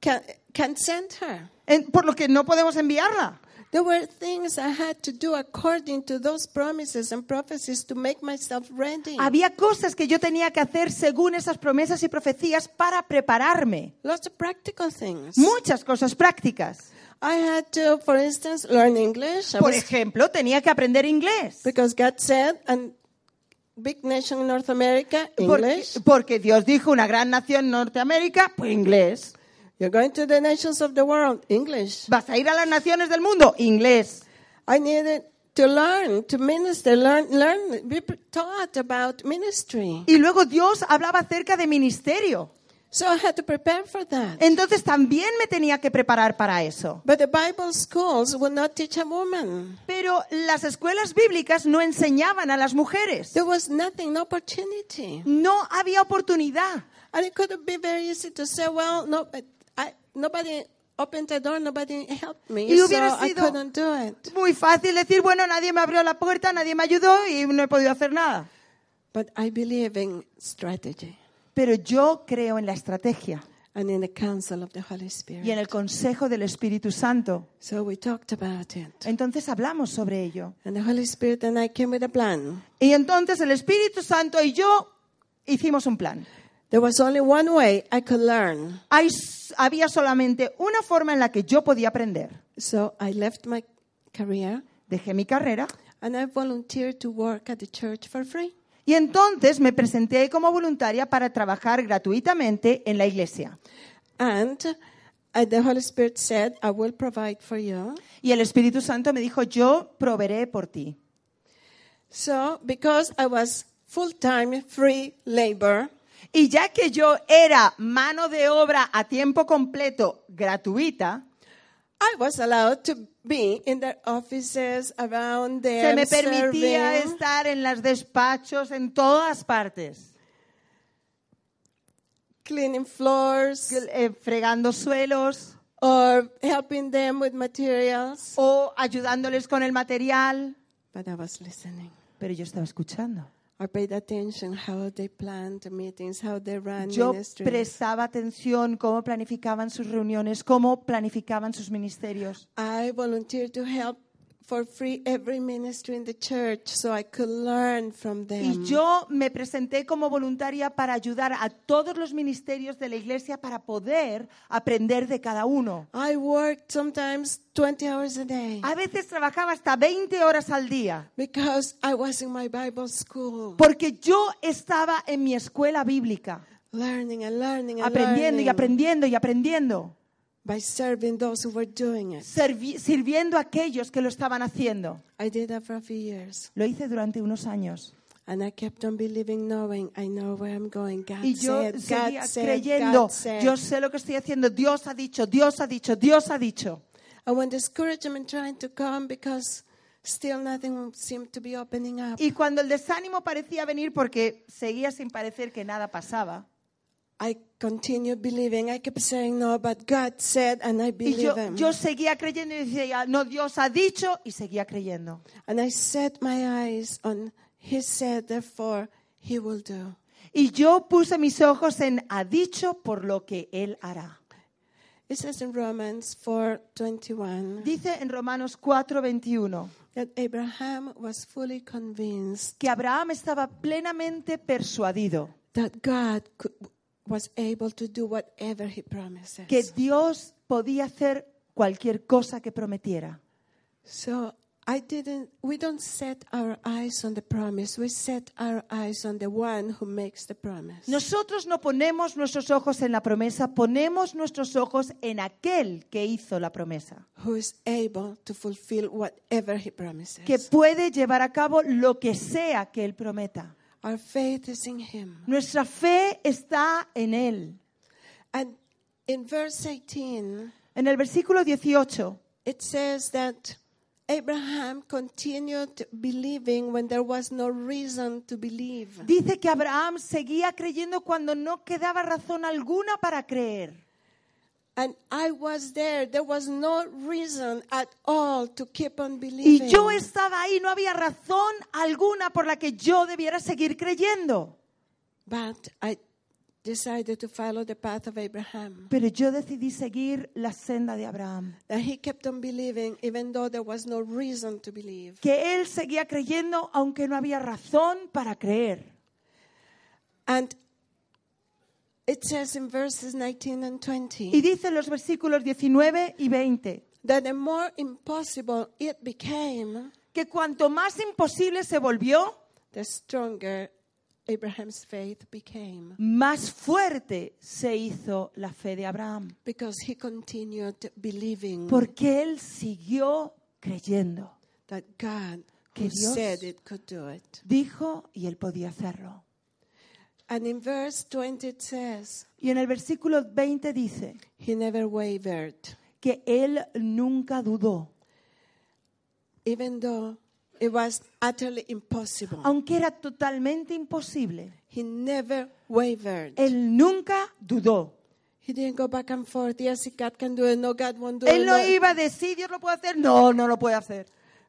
B: can, can send her.
C: En- por lo que no podemos enviarla.
B: There were things I had to do according to those promises and prophecies to make myself ready.
C: Había cosas que yo tenía que hacer según esas promesas y profecías para prepararme.
B: Lots of practical things.
C: Muchas cosas prácticas.
B: I had to, for instance, learn English. I
C: Por
B: was-
C: ejemplo, tenía que aprender inglés.
B: because God said, and big nation in North America,
C: Porque,
B: English.
C: porque Dios dijo una gran nación Norteamérica, pues inglés.
B: You're going to the nations of the world, English.
C: Vas a ir a las naciones del mundo, inglés.
B: I needed to learn, to minister, learn, learn, be taught about ministry.
C: Y luego Dios hablaba acerca de ministerio.
B: So I had to prepare for that.
C: Entonces también me tenía que preparar para eso.
B: But the Bible schools will not teach a woman.
C: Pero las escuelas bíblicas no enseñaban a las mujeres.
B: There was nothing, no opportunity.
C: No había oportunidad.
B: And it could be very easy to say, well, no, but I, nobody opened the door, nobody helped me,
C: Y
B: so
C: hubiera
B: I
C: sido-
B: couldn't do it.
C: Muy fácil decir, bueno, nadie me abrió la puerta, nadie me ayudó y no he podido hacer nada.
B: But I believe in strategy
C: Pero yo creo en la estrategia
B: and in the counsel of the Holy Spirit.
C: y en el consejo del Espíritu Santo.
B: So we talked about it.
C: Entonces hablamos sobre ello.
B: And the Holy Spirit and I came with a plan.
C: Y entonces el Espíritu Santo y yo hicimos un plan.
B: There was only one way I could learn.
C: Hay- había solamente una forma en la que yo podía aprender.
B: So I left my career
C: Dejé mi carrera
B: and I volunteered to work at the church for free.
C: y entonces me presenté como voluntaria para trabajar gratuitamente en la iglesia.
B: And uh, the Holy Spirit said, I will provide for you.
C: Y el Espíritu Santo me dijo, yo proveeré por ti.
B: So, because I was full time free labor,
C: Y ya que yo era mano de obra a tiempo completo gratuita,
B: I was allowed to be in their offices around
C: se
B: there.
C: me permitía estar en los despachos en todas partes,
B: cleaning floors
C: eh, fregando suelos
B: or helping them with materials.
C: o ayudándoles con el material.
B: But I was listening.
C: Pero yo estaba escuchando.
B: I paid attention how they planned the meetings, how they ran
C: Yo
B: ministries.
C: prestaba atención cómo planificaban sus reuniones, cómo planificaban sus ministerios.
B: I volunteered to help for free every ministry in the church so I could learn from them.
C: Y yo me presenté como voluntaria para ayudar a todos los ministerios de la iglesia para poder aprender de cada uno.
B: I worked sometimes 20 hours a day
C: A veces trabajaba hasta 20 horas al día
B: because I was in my Bible school
C: porque yo estaba en mi escuela bíblica
B: learning and learning and
C: aprendiendo y
B: learning
C: aprendiendo y aprendiendo,
B: by serving those who were doing it.
C: servi- sirviendo a aquellos que lo estaban haciendo.
B: I did that for a few years
C: Lo hice durante unos años.
B: and I kept on believing, knowing I know where I'm going. God
C: Y yo
B: said,
C: seguía
B: God said,
C: creyendo,
B: God said.
C: yo sé lo que estoy haciendo, Dios ha dicho, Dios ha dicho, Dios ha dicho.
B: And when discouragement trying to come because still nothing seemed to be opening up,
C: Y cuando el desánimo parecía venir porque seguía sin parecer que nada pasaba,
B: I continued believing. I kept saying, no, but God said, and I
C: Y
B: believe
C: yo,
B: Him.
C: yo seguía creyendo y decía, no, Dios ha dicho, y seguía creyendo.
B: And I set my eyes on He said, therefore He will do.
C: Y yo puse mis ojos en ha dicho por lo que Él hará.
B: It says in Romans 4:21
C: Dice en Romanos 4:21
B: that Abraham was fully convinced
C: que Abraham estaba plenamente persuadido
B: that God could, was able to do whatever He promises.
C: que Dios podía hacer cualquier cosa que prometiera.
B: So I didn't. We don't set our eyes on the promise. We set our eyes on the one who makes the promise.
C: Nosotros no ponemos nuestros ojos en la promesa, ponemos nuestros ojos en aquel que hizo la promesa,
B: who is able to fulfill whatever he promises.
C: que puede llevar a cabo lo que sea que Él prometa.
B: Our faith is in him.
C: Nuestra fe está en Él.
B: And in verse 18,
C: En el versículo 18
B: it says that Abraham continued believing when there was no reason to believe.
C: dice que Abraham seguía creyendo cuando no quedaba razón alguna para creer.
B: And I was there. There was no reason at all to keep on believing.
C: Y yo estaba ahí, no había razón alguna por la que yo debiera seguir creyendo.
B: But I decided to follow the path of Abraham.
C: Pero yo decidí seguir la senda de Abraham.
B: That he kept on believing even though there was no reason to believe.
C: Que él seguía creyendo aunque no había razón para creer.
B: And it says in verses 19 and
C: Y
B: 20
C: dice en los versículos 19 y 20
B: that the more impossible it became,
C: que cuanto más imposible se volvió,
B: the stronger Abraham's faith became
C: más fuerte se hizo la fe de Abraham.
B: because he continued believing
C: Porque él siguió creyendo.
B: that God,
C: Que
B: who
C: Dios-
B: said it, could do it.
C: Dijo y él podía hacerlo.
B: And in verse 20 it says,
C: Y en el versículo 20 dice
B: he never wavered,
C: que él nunca dudó,
B: even though it was utterly impossible.
C: aunque era totalmente imposible.
B: He never wavered.
C: Él nunca dudó.
B: He didn't go back and forth. Yes, God can do it. No, God won't do it.
C: Él no
B: No.
C: iba a decir, Dios lo puede hacer. No, no lo puede hacer.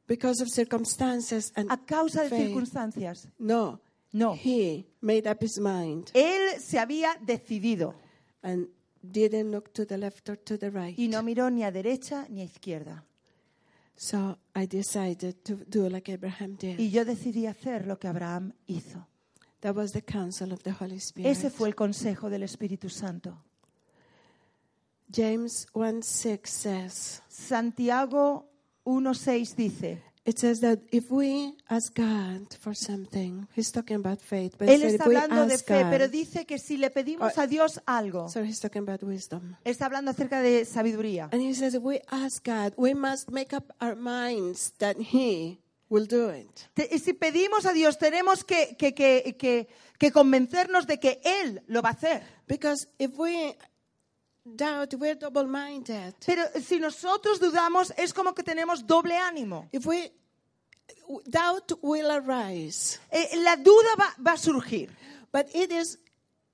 B: because of circumstances and
C: A causa de
B: faith.
C: circunstancias.
B: No,
C: No.
B: He made up his mind
C: Él se había decidido
B: and didn't look to the left or to the right.
C: y no miró ni a derecha ni a izquierda.
B: So I decided to do like Abraham did.
C: Y yo decidí hacer lo que Abraham hizo.
B: that was the counsel of the Holy Spirit.
C: Ese fue el consejo del Espíritu Santo.
B: James 1 6 says,
C: Santiago 1.6 dice,
B: It says that if we ask God for something, he's talking about faith, but he
C: Él
B: said
C: está
B: if we
C: hablando de
B: ask
C: fe,
B: God-
C: pero dice que si le pedimos
B: Ah.
C: a Dios algo,
B: so he's talking about wisdom.
C: está hablando acerca de sabiduría.
B: And he says, if we ask God, we must make up our minds that he will do it.
C: Te- Y si pedimos a Dios, tenemos que, que, que, que, que convencernos de que Él lo va a hacer.
B: Because if we doubt, we're double minded.
C: Pero si nosotros dudamos, es como que tenemos doble ánimo.
B: If we doubt will arise,
C: Eh, la duda va, va a surgir.
B: but it is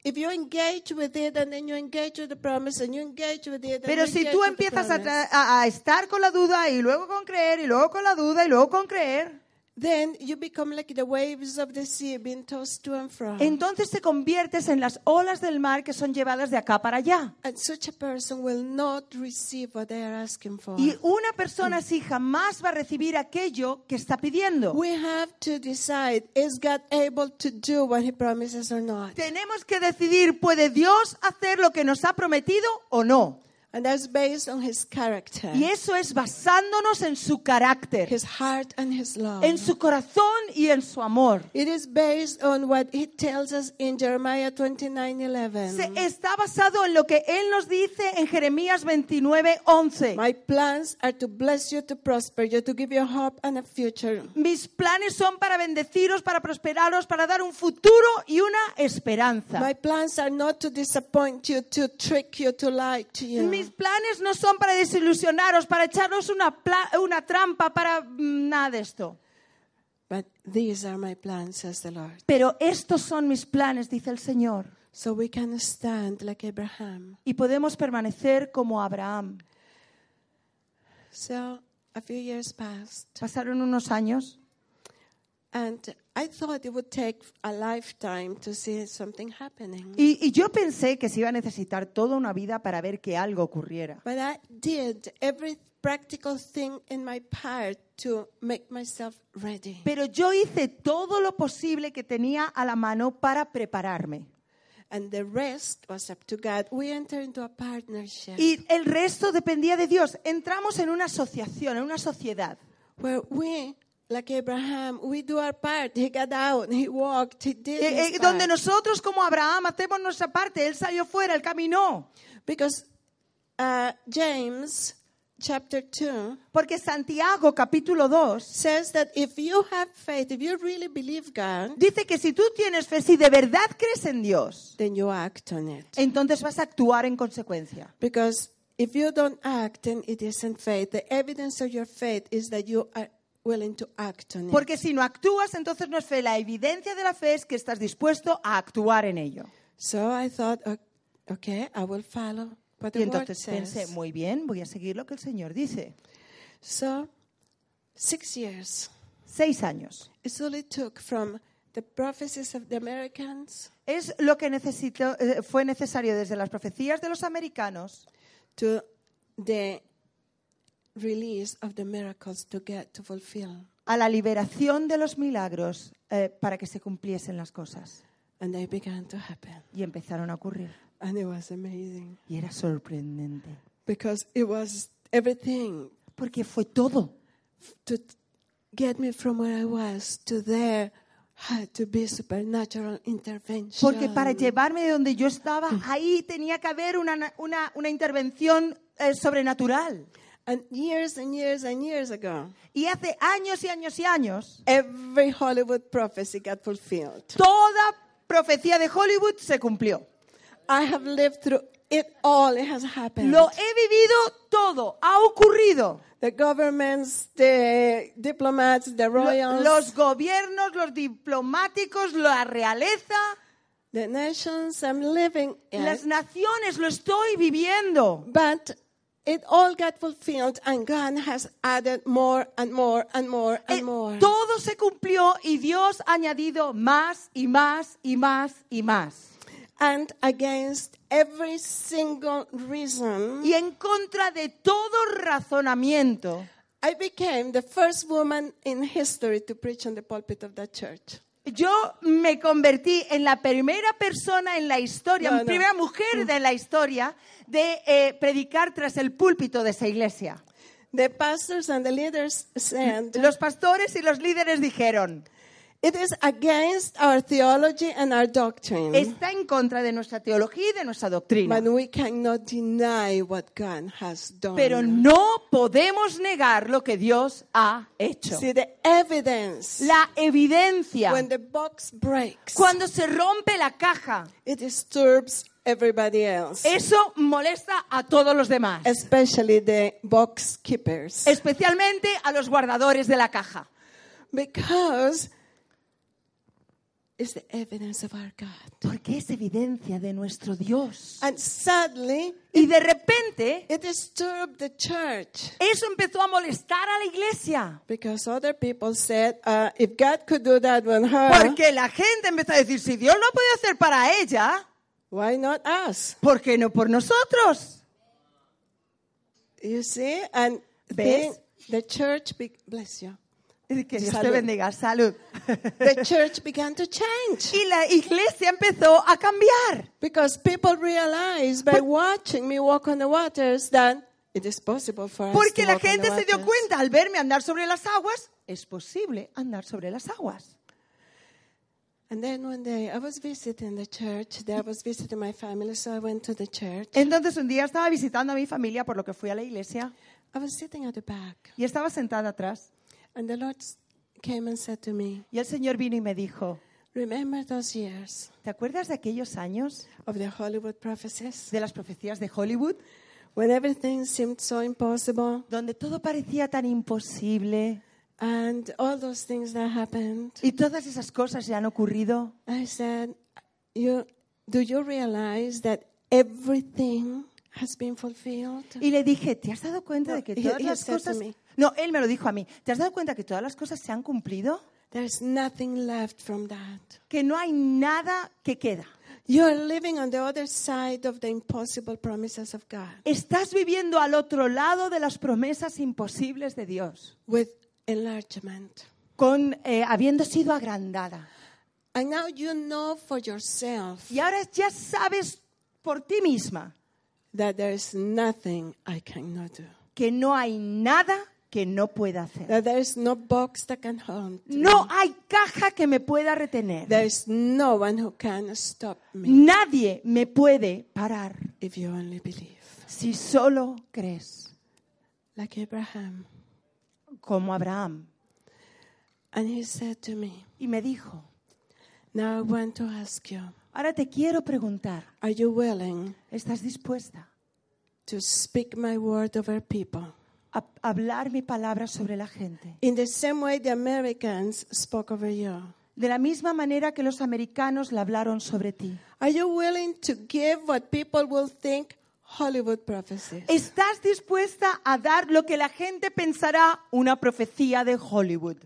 B: if you engage with it and then you engage with the promise and you engage with it. And
C: Pero
B: you
C: si
B: engage
C: tú
B: with the
C: empiezas a,
B: promise,
C: tra- a- a estar con la duda y luego con creer y luego con la duda y luego con creer,
B: then you become like the waves of the sea being tossed to and fro.
C: entonces te conviertes en las olas del mar que son llevadas de acá para allá.
B: and such a person will not receive what they are asking for.
C: Y una persona así jamás va a recibir aquello que está pidiendo.
B: We have to decide is God able to do what he promises or not?
C: Tenemos que decidir, ¿puede Dios hacer lo que nos ha prometido o no?
B: And that's based on his character,
C: Y eso es basándonos en su carácter,
B: his heart and his love.
C: en su corazón y en su amor.
B: It is based on what he tells us in Jeremiah 29:11.
C: Se- está basado en lo que Él nos dice en Jeremías 29, 11.
B: My plans are to bless you, to prosper you, to give you hope and a future.
C: Mis planes son para bendeciros, para prosperaros, para dar un futuro y una
B: My
C: esperanza.
B: plans are not to disappoint you, to trick you, to lie to you.
C: Mis planes no son para desilusionaros, para echaros una, pla- una trampa, para mm, nada de esto.
B: But these are my plans, says the Lord.
C: Pero estos son mis planes, dice el Señor.
B: So we can stand like Abraham.
C: Y podemos permanecer como Abraham.
B: So a few years passed,
C: Pasaron unos años
B: and I thought it would take a lifetime to see something happening.
C: y, y yo pensé que se iba a necesitar toda una vida para ver que algo ocurriera.
B: But I did every practical thing in my part to make myself ready.
C: Pero yo hice todo lo posible que tenía a la mano para prepararme.
B: And the rest was up to God. We entered into a partnership
C: Y el resto dependía de Dios. Entramos en una asociación, en una sociedad.
B: where we, like Abraham, we do our part. He got out, he walked, he did
C: Eh, eh,
B: his
C: donde
B: part.
C: nosotros como Abraham hacemos nuestra parte. Él salió fuera, él caminó.
B: Because uh, James chapter 2
C: Porque Santiago capítulo 2
B: says that if you have faith, if you really believe God,
C: dice que si tú tienes fe, si de verdad crees en Dios,
B: then you act on it.
C: entonces vas a actuar en consecuencia.
B: Because if you don't act, then it isn't faith. The evidence of your faith is that you are willing to act on it.
C: Porque si no actúas, entonces no es fe. La evidencia de la fe es que estás dispuesto a actuar en ello.
B: So I thought, o- okay, I will follow what
C: Y
B: the word
C: entonces pensé,
B: says.
C: muy bien, voy a seguir lo que el Señor dice.
B: So six years.
C: Seis años.
B: It only took from the prophecies of the Americans
C: Es lo que necesito, eh, fue necesario desde las profecías de los americanos
B: to the release of the miracles to get to fulfill.
C: a la liberación de los milagros eh, para que se cumpliesen las cosas.
B: And they began to happen.
C: Y empezaron a ocurrir.
B: And it was amazing
C: Y era sorprendente.
B: because it was everything
C: Porque fue todo.
B: to get me from where I was to there had to be supernatural intervention.
C: Porque para llevarme de donde yo estaba, ahí tenía que haber una, una, una intervención eh, sobrenatural.
B: and years and years and years ago,
C: Y hace años y años y años,
B: every Hollywood prophecy got fulfilled.
C: toda profecía de Hollywood se cumplió.
B: I have lived through it all. It has happened.
C: Lo he vivido todo, ha ocurrido.
B: the governments, the diplomats, the
C: Lo-
B: royals,
C: los gobiernos, los diplomáticos, la realeza,
B: the nations I'm living in.
C: las naciones, lo estoy viviendo.
B: But it all got fulfilled, and God has added more and more and more and
C: Eh,
B: more.
C: todo se cumplió y Dios ha añadido más y más y más y más.
B: And against every single reason,
C: Y en contra de todo razonamiento,
B: I became the first woman in history to preach on the pulpit of that church.
C: yo me convertí en la primera persona en la historia,
B: No, no.
C: primera mujer de la historia, de eh, predicar tras el púlpito de esa iglesia.
B: The pastors and the leaders said,
C: Los pastores y los líderes dijeron,
B: It is against our theology and our doctrine,
C: está en contra de nuestra teología y de nuestra doctrina.
B: but we cannot deny what God has done.
C: Pero no podemos negar lo que Dios ha hecho.
B: See, the evidence
C: La evidencia.
B: when the box breaks,
C: Cuando se rompe la caja,
B: it disturbs everybody else,
C: eso molesta a todos los demás.
B: especially the box keepers.
C: Especialmente a los guardadores de la caja.
B: Because it's the evidence of our God.
C: Porque es evidencia de nuestro Dios.
B: And sadly,
C: Y de repente,
B: it disturbed the church
C: eso empezó a molestar a la iglesia.
B: because other people said, uh, if God could do that with her,
C: Porque la gente empezó a decir, si Dios lo puede hacer para ella,
B: why not us?
C: ¿por qué no por nosotros?
B: You see? And then
C: ¿Ves?
B: the church, be- bless you,
C: Y Que Dios te
B: Salud.
C: bendiga, salud.
B: the church began to change
C: Y la iglesia empezó a cambiar.
B: because people realized by
C: Por-
B: watching me walk on the waters that it is possible for us
C: Porque
B: to
C: la
B: walk on
C: gente
B: the
C: se dio
B: waters.
C: cuenta al verme andar sobre las aguas, es posible andar sobre las aguas.
B: And then one day I was visiting the church. There I was visiting my family, so I went to the church.
C: Entonces un día estaba visitando a mi familia, por lo que fui a la iglesia,
B: I was sitting at the back,
C: y estaba sentada atrás.
B: and the Lord s- came and said to me,
C: Y el Señor vino y me dijo,
B: Remember those years
C: ¿te acuerdas de aquellos años
B: of the Hollywood prophecies
C: de las profecías de Hollywood?
B: when everything seemed so impossible
C: Donde todo parecía tan imposible
B: and all those things that happened.
C: Y todas esas cosas se han ocurrido.
B: I said, you, Do you realize that everything has been fulfilled?
C: Y le dije, ¿te has dado cuenta de que
B: No, he-
C: todas
B: he
C: las
B: said to
C: cosas...
B: me.
C: No, él me lo dijo a mí. ¿Te has dado cuenta que todas las cosas se han cumplido?
B: There's nothing left from that.
C: Que no hay nada que queda.
B: You are living on the other side of the impossible promises of God
C: Estás viviendo al otro lado de las promesas imposibles de Dios,
B: with enlargement.
C: con, eh, habiendo sido agrandada.
B: And now you know for yourself
C: Y ahora ya sabes por ti misma
B: that there is nothing I cannot do.
C: que no hay nada que no pueda hacer.
B: That there is no box that can hold.
C: No hay caja que me pueda retener.
B: There is no one who can stop me
C: Nadie me puede parar
B: if you only believe.
C: si solo crees,
B: Like Abraham.
C: como Abraham.
B: And he said to me,
C: Y me dijo,
B: Now I want to ask you,
C: ahora te quiero preguntar,
B: are you willing
C: ¿estás dispuesta
B: to speak my word over people?
C: a hablar mi palabra sobre la gente?
B: In the same way the Americans spoke over you.
C: De la misma manera que los americanos la hablaron sobre ti.
B: Are you willing to give what people will think Hollywood prophecies?
C: ¿Estás dispuesta a dar lo que la gente pensará una profecía de Hollywood?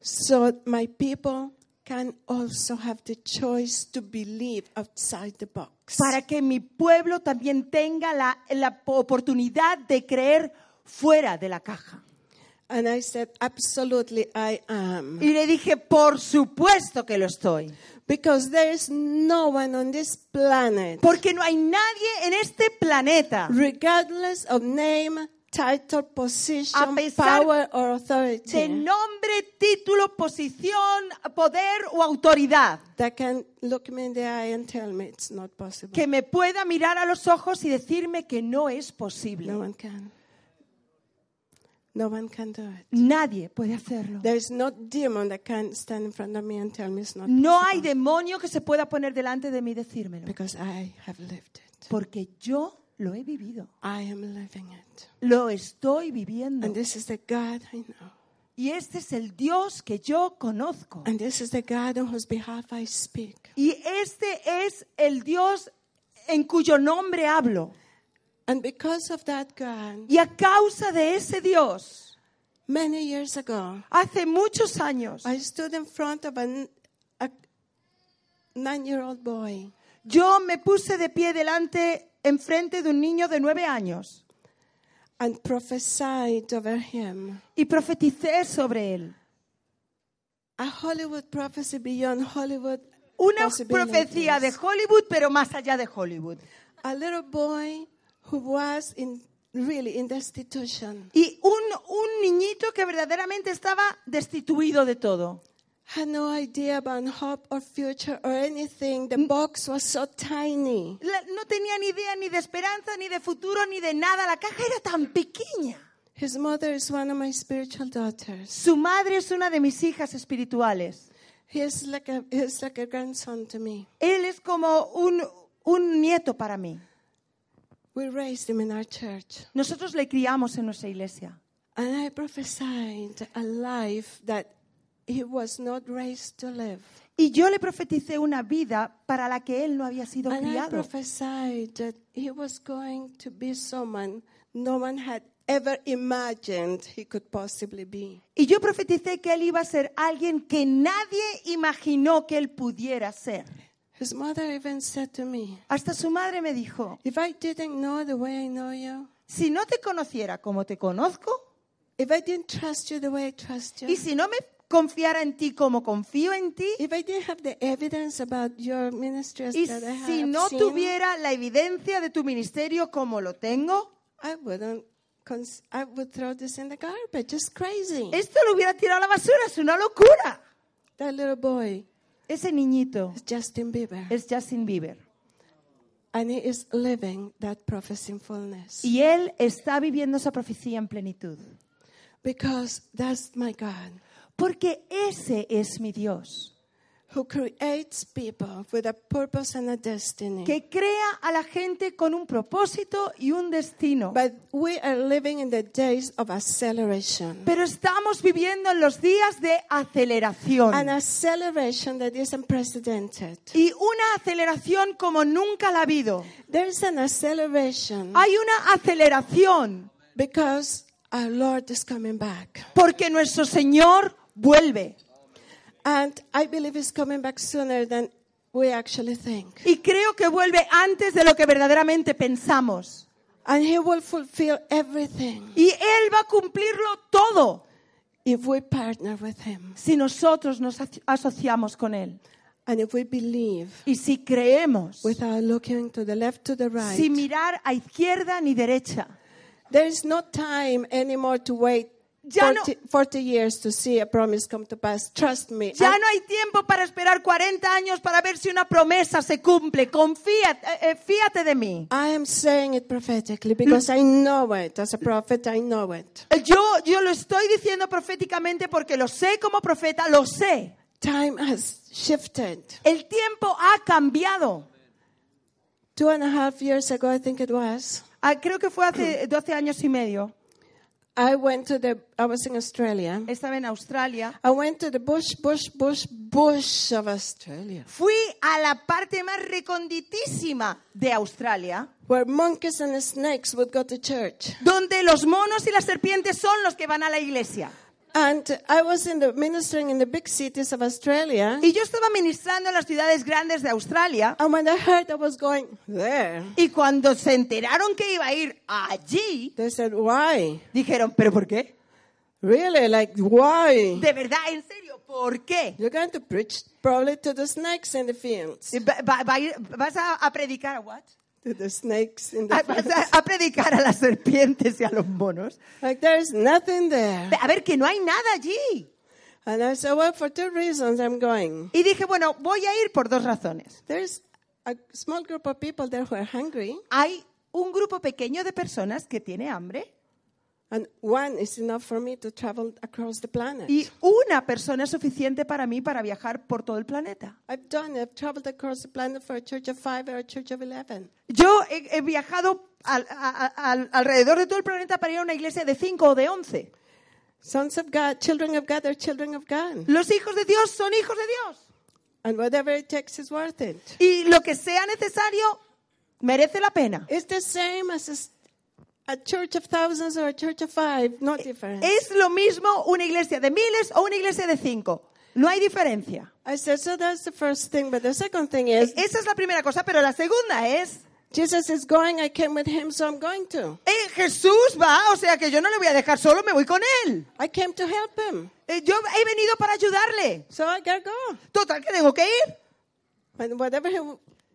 B: So my people can also have the choice to believe outside the box.
C: Para que mi pueblo también tenga la, la oportunidad de creer fuera de la caja.
B: And I said, Absolutely, I am.
C: Y le dije, por supuesto que lo estoy.
B: Because there is no one on this planet,
C: Porque no hay nadie en este planeta,
B: regardless of name, title,
C: A
B: position,
C: pesar
B: power, or
C: de
B: authority,
C: nombre, título, posición, poder o autoridad,
B: that can look me in the eye and tell me it's not possible.
C: que me pueda mirar a los ojos y decirme que no es
B: No
C: posible.
B: one can. No one can do it.
C: Nadie puede hacerlo.
B: There is no demon that can stand in front of me and tell me it's not
C: No hay
B: possible.
C: demonio que se pueda poner delante de mí y decírmelo.
B: Because I have lived it.
C: Porque yo lo he vivido.
B: I am living it.
C: Lo estoy
B: And
C: viviendo.
B: this is the God I know.
C: Y este es el Dios que yo conozco.
B: And this is the God on whose behalf I speak.
C: Y este es el Dios en cuyo nombre hablo.
B: And because of that God,
C: Y a causa de ese Dios,
B: many years ago,
C: hace muchos años,
B: I stood in front of an, a nine-year-old boy.
C: yo me puse de pie delante, enfrente de un niño de nueve años,
B: And prophesied over him
C: y profeticé sobre él.
B: a Hollywood prophecy beyond Hollywood.
C: Una
B: possibilities.
C: profecía de Hollywood, pero más allá de Hollywood.
B: a little boy who was in really in destitution
C: Y un, un niñito que verdaderamente estaba destituido de todo.
B: had no idea about hope or future or anything
C: Mm.
B: the box was so tiny
C: La- no tenía ni idea ni de esperanza, ni de futuro, ni de nada. La caja era tan pequeña.
B: his mother is one of my spiritual daughters
C: Su madre es una de mis hijas espirituales.
B: he is like a he's like a grandson to me
C: Él es como un, un nieto para mí.
B: we raised him in our church
C: Nosotros le criamos en nuestra iglesia.
B: and i prophesied a life that he was not raised to live
C: Y yo le profeticé una vida para la que él no había sido
B: and i
C: criado.
B: prophesied that he was going to be someone no one had ever imagined he could possibly be
C: Y yo profeticé que él iba a ser alguien que nadie imaginó que él pudiera ser.
B: His mother even said to me,
C: Hasta su madre me dijo,
B: If I didn't know the way I know you,
C: si no te conociera como te conozco,
B: if I didn't trust you the way I trust you,
C: y si no me confiara en ti como confío en ti,
B: if I didn't have the evidence about your ministries
C: y
B: that I have
C: si no
B: seen,
C: tuviera la evidencia de tu ministerio como lo tengo,
B: I wouldn't. Cons- I would throw this in the garbage. It's crazy.
C: esto lo hubiera tirado a la basura, es una locura.
B: that little boy
C: Ese niñito
B: is Justin Bieber,
C: es Justin Bieber
B: and he is living that prophecy in fullness
C: y él está viviendo esa profecía en plenitud.
B: because that's my God
C: Porque ese es mi Dios,
B: who creates people with a purpose and a destiny.
C: que crea a la gente con un propósito y un destino.
B: But we are living in the days of acceleration.
C: Pero estamos viviendo en los días de aceleración.
B: An acceleration that is unprecedented.
C: Y una aceleración como nunca la ha habido.
B: There is an acceleration
C: Hay una aceleración
B: because our Lord is coming back.
C: porque nuestro Señor vuelve.
B: And I believe He's coming back sooner than we actually think.
C: Y creo que vuelve antes de lo que verdaderamente pensamos.
B: And He will fulfill everything
C: Y Él va a cumplirlo todo
B: if we partner with Him
C: si nosotros nos aso- asociamos con Él.
B: and if we believe
C: Y si creemos
B: without looking to the left, to the right.
C: sin mirar a izquierda ni derecha.
B: There is no time anymore to wait
C: Ya no-
B: 40, 40 years to see a promise come to pass. Trust me.
C: Ya
B: I-
C: no hay tiempo para esperar 40 años para ver si una promesa se cumple. Confía, eh, eh, fíate de mí.
B: I am saying it prophetically because I know it. As a prophet, I know it.
C: Eh, Yo, yo lo estoy diciendo proféticamente porque lo sé como profeta, lo sé.
B: Time has shifted.
C: El tiempo ha cambiado.
B: Two and a half years ago, I think it was,
C: Ah, creo que fue hace 12 años y medio.
B: I went to the, I was in Australia.
C: Estaba en Australia.
B: I went to the bush, bush, bush, bush of Australia,
C: Fui a la parte más reconditísima de Australia,
B: where monkeys and snakes would go to church.
C: donde los monos y las serpientes son los que van a la iglesia.
B: And I was in the, ministering in the big cities of Australia.
C: Y yo estaba ministrando en las ciudades grandes de Australia.
B: And when I heard I was going there,
C: Y cuando se enteraron que iba a ir allí,
B: they said, Why?
C: dijeron, ¿pero por qué?
B: Really? Like, why?
C: De verdad, en serio, ¿por qué?
B: You're going to preach probably to the snakes in the fields.
C: Va- va- va a ir- ¿Vas a, a predicar a what?
B: To the snakes in the
C: A- ¿Vas
B: fields.
C: a, a predicar a las serpientes y a los monos?
B: Like, there's nothing there.
C: A ver, que no hay nada allí.
B: And I said, Well, for two reasons I'm going.
C: Y dije, bueno, voy a ir por dos razones.
B: There's a small group of people there who are hungry,
C: Hay un grupo pequeño de personas que tiene hambre
B: and one is enough for me to travel across the planet.
C: y una persona es suficiente para mí para viajar por todo el planeta.
B: I've done it. I've traveled across the planet for a church of five or a church of 11.
C: Yo he, he viajado al- a- a- al- alrededor de todo el planeta para ir a una iglesia de 5 o de 11.
B: Sons of God, children of God are children of God.
C: Los hijos de Dios son hijos de Dios.
B: And whatever it takes is worth it.
C: Y lo que sea necesario merece la pena.
B: It's the same as a s- a, church of thousands or a church of five. No difference.
C: Es lo mismo una iglesia de miles o una iglesia de 5. No hay diferencia.
B: I said, so that's the first thing. But the second thing is,
C: Esa es la primera cosa, pero la segunda es,
B: Jesus is going. I came with him, so I'm going to.
C: eh, Jesús va, o sea que yo no le voy a dejar solo, me voy con él.
B: I came to help him.
C: Eh, yo he venido para ayudarle.
B: So I gotta go.
C: Total, que tengo que ir.
B: And whatever he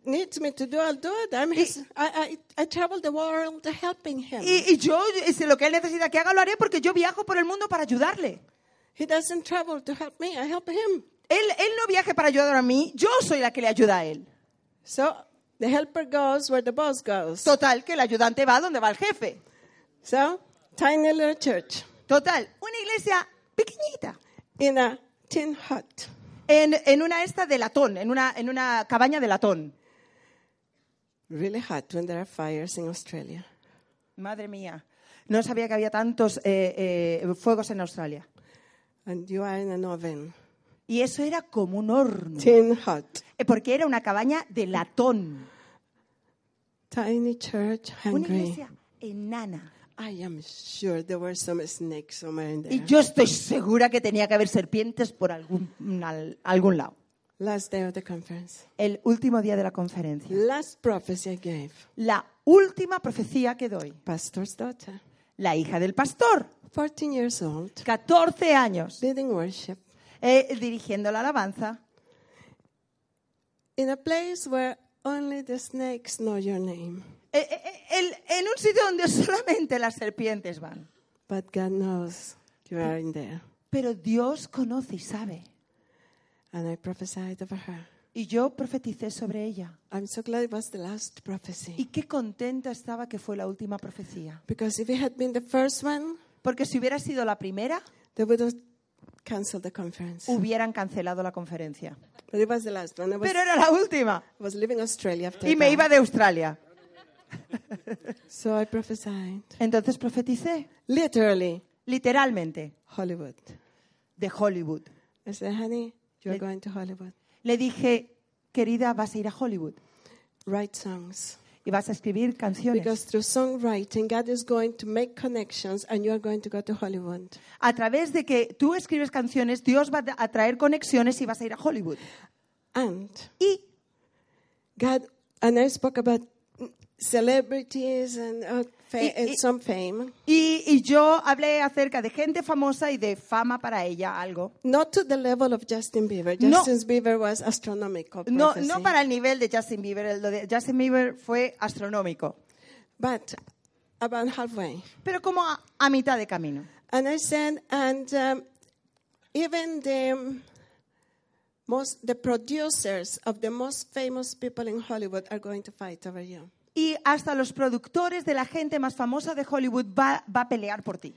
B: needs me to do, I'll do it. I'm his, I, I, I travel the world helping him.
C: Y, y yo, eh, si lo que él necesita que haga, lo haré porque yo viajo por el mundo para ayudarle.
B: He doesn't travel to help me. I help him.
C: Él, él no viaje para ayudar a mí, yo soy la que le ayuda a él.
B: So the helper goes where the boss goes.
C: Total, que el ayudante va donde va el jefe.
B: So tiny little church
C: Total, una iglesia pequeñita.
B: in a tin hut.
C: En, en una esta de latón, en una, en una cabaña de latón.
B: Really hot when there are fires in Australia.
C: Madre mía, no sabía que había tantos eh, eh, fuegos en Australia.
B: And you are in an oven.
C: Y eso era como un horno,
B: Tin hut.
C: Eh, porque era una cabaña de latón.
B: Tiny church,
C: Una
B: hungry.
C: iglesia enana.
B: I am sure there were some snakes somewhere in there.
C: Y yo estoy segura que tenía que haber serpientes por algún, al- algún lado.
B: Last day of the conference.
C: El último día de la conferencia.
B: Last prophecy I gave.
C: La última profecía que doy.
B: Pastor's daughter.
C: La hija del pastor,
B: 14 years old.
C: 14 años,
B: Leading worship.
C: eh, dirigiendo la alabanza.
B: In a place where only the snakes know your name.
C: Eh, eh, eh, el- en un sitio donde solamente las serpientes van.
B: But God knows you are in there.
C: Pero Dios conoce y sabe.
B: And I prophesied over her.
C: Y yo profeticé sobre ella.
B: I'm so glad it was the last prophecy.
C: Y qué contenta estaba que fue la última profecía.
B: Because if it had been the first one,
C: Porque si hubiera sido la primera,
B: they would have canceled the conference.
C: hubieran cancelado la conferencia.
B: But it was the last one. I was,
C: Pero era la última.
B: I was leaving Australia after
C: Y me
B: that.
C: iba de Australia.
B: So I prophesied.
C: Entonces profeticé,
B: Literally,
C: literalmente,
B: Hollywood.
C: de Hollywood.
B: I said, honey, you're
C: Lit-
B: going to Hollywood.
C: Le dije, querida, vas a ir a Hollywood
B: Write songs.
C: y vas a escribir canciones.
B: Because through songwriting, God is going to make connections and you are going to go to Hollywood.
C: a través de que tú escribes canciones, Dios va a traer conexiones y vas a ir a Hollywood.
B: And
C: Y
B: God, and I spoke about celebrities and, uh, fa-
C: Y- y-
B: and some fame.
C: Y, y yo hablé acerca de gente famosa y de fama para ella, algo.
B: Not to the level of Justin Bieber.
C: No.
B: Justin Bieber was astronomical.
C: No,
B: prophecy.
C: no para el nivel de Justin Bieber, lo de Justin Bieber fue astronómico,
B: But about halfway.
C: pero como a, a mitad de camino.
B: And I said, and um, even the um, most, the producers of the most famous people in Hollywood are going to fight over you.
C: Y hasta los productores de la gente más famosa de Hollywood va, va a pelear por ti.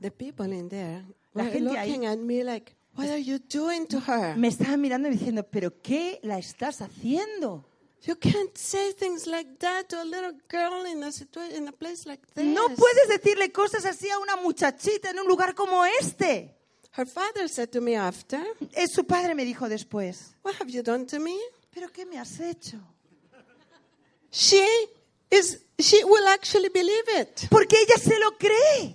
B: The people in there
C: La
B: were
C: gente ahí-
B: looking at me like, what are you doing to her?
C: Me estaban mirando y diciendo, ¿pero qué la estás haciendo?
B: You can't say things like that to a little girl in a situation, in a place like this.
C: No puedes decirle cosas así a una muchachita en un lugar como este.
B: Her father said to me after,
C: Eh, su padre me dijo después,
B: what have you done to me?
C: ¿pero qué me has hecho?
B: She is, she will actually believe it.
C: Porque ella se lo cree.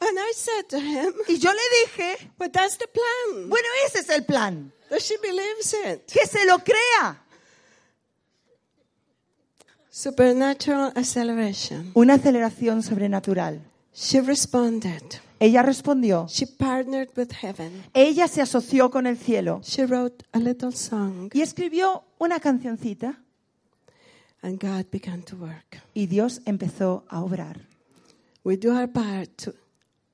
B: And I said to him,
C: Y yo le dije,
B: but that's the plan.
C: bueno, ese es el plan.
B: That she believes it.
C: que se lo crea.
B: Supernatural acceleration.
C: Una aceleración sobrenatural.
B: She responded.
C: Ella respondió.
B: She partnered with heaven.
C: Ella se asoció con el cielo
B: She wrote a little song
C: y escribió una cancioncita
B: and God began to work.
C: y Dios empezó a obrar.
B: We do our part to,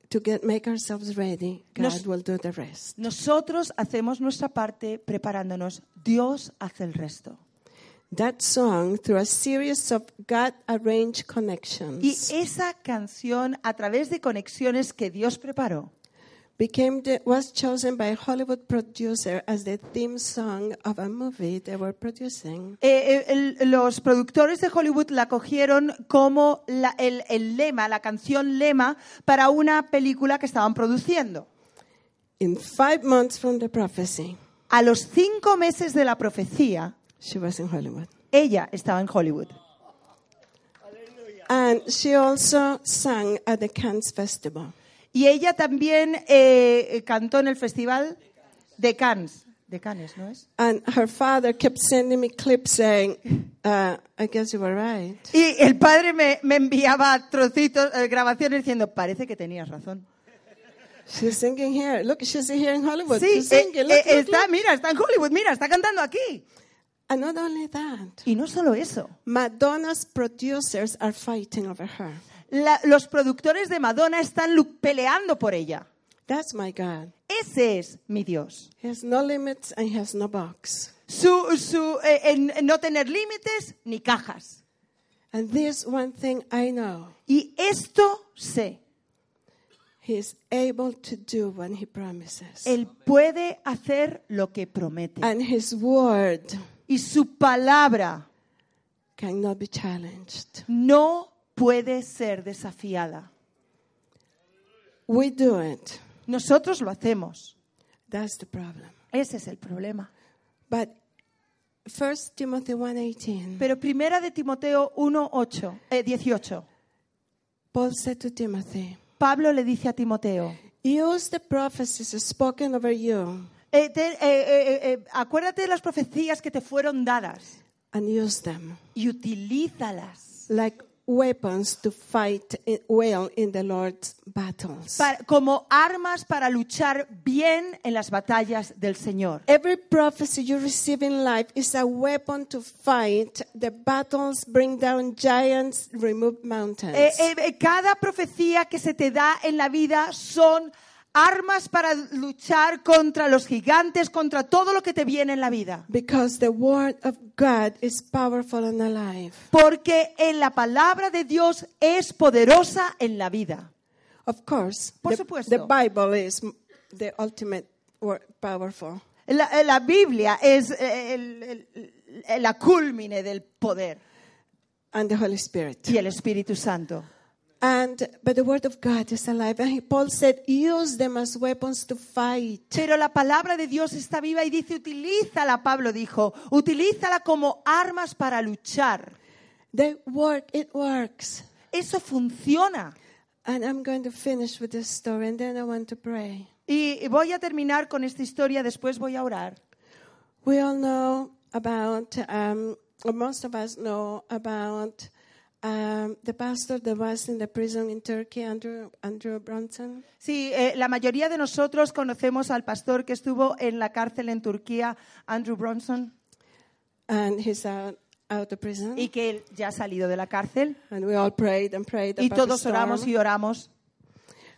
B: to get, make ourselves ready. God
C: Nos-
B: will do the rest.
C: Nosotros hacemos nuestra parte preparándonos. Dios hace el resto.
B: That song, through a series of God arranged
C: Y
B: connections,
C: esa canción, a través de conexiones que Dios preparó,
B: became the, was chosen by a Hollywood producer as the theme song of a movie they were producing.
C: eh, eh, el- los productores de Hollywood la cogieron como la- el- el lema, la canción lema para una película que estaban produciendo.
B: In five months from the prophecy,
C: A los cinco meses de la profecía,
B: she was in Hollywood.
C: ella estaba en Hollywood.
B: And she also sang at the Cannes Festival.
C: Y ella también eh, cantó en el festival de Cannes. De Cannes, ¿no es?
B: And her father kept sending me clips saying, uh, I guess you were right.
C: Y el padre me, me enviaba trocitos, eh, grabaciones diciendo, parece que tenías razón.
B: She's singing here. Look, she's here in Hollywood.
C: sí,
B: she's singing.
C: eh,
B: Look,
C: eh,
B: look,
C: está,
B: look.
C: mira, está en Hollywood, mira, está cantando aquí.
B: And not only that,
C: Y no solo eso.
B: Madonna's producers are fighting over her.
C: La- los productores de Madonna están lu- peleando por ella.
B: That's my God.
C: Ese es mi Dios.
B: He has no limits and he has no box.
C: Su, su, eh, en- en no tener límites ni cajas.
B: And this one thing I know.
C: Y esto sé,
B: He is able to do what he promises.
C: Él puede hacer lo que promete.
B: And his word
C: Y su palabra
B: cannot be challenged.
C: no puede ser desafiada.
B: We do it.
C: Nosotros lo hacemos.
B: That's the problem.
C: Ese es el problema.
B: But 1 Timothy 1:18,
C: Pero primera de Timoteo 1, 8, eh, 18.
B: Paul said to Timothy,
C: Pablo le dice a Timoteo,
B: "Use the prophecies spoken over you
C: eh, te- eh, eh, eh, eh, acuérdate de las profecías que te fueron dadas
B: and use them
C: y utilízalas
B: like weapons to fight i- well in the Lord's battles."
C: para- como armas para luchar bien en las batallas del Señor.
B: Every prophecy you receive in life is a weapon to fight the battles, bring down giants, remove mountains.
C: Eh, eh, eh, cada profecía que se te da en la vida son armas para luchar contra los gigantes, contra todo lo que te viene en la vida.
B: Because the word of God is powerful and alive.
C: Porque en la palabra de Dios es poderosa en la vida.
B: Of course,
C: Por
B: the,
C: supuesto.
B: the Bible is the ultimate word, powerful.
C: La, eh, la Biblia es eh, el, el- el- la culmine del poder
B: and the Holy Spirit.
C: y el Espíritu Santo.
B: And but the word of God is alive. And he- Paul said, use them as weapons to fight.
C: Pero la palabra de Dios está viva y dice, utilízala, Pablo dijo, utilízala como armas para luchar.
B: They work, it works.
C: Eso funciona.
B: And I'm going to finish with this story and then I want to pray.
C: Y voy a terminar con esta historia, después voy a orar.
B: We all know about, um, or most of us know about um, the pastor that was in the prison in Turkey, Andrew, Andrew Bronson.
C: Sí, eh, la mayoría de nosotros conocemos al pastor que estuvo en la cárcel en Turquía, Andrew Bronson,
B: And he's out, out of prison.
C: y que él ya ha salido de la cárcel.
B: and we all prayed and prayed.
C: Y
B: about the
C: todos
B: storm.
C: oramos y oramos.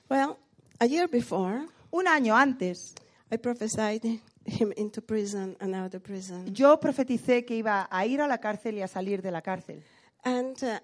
B: Well, a year before,
C: Un año antes,
B: I prophesied him into prison and out of prison.
C: yo profeticé que iba a ir a la cárcel y a salir de la cárcel.
B: And uh,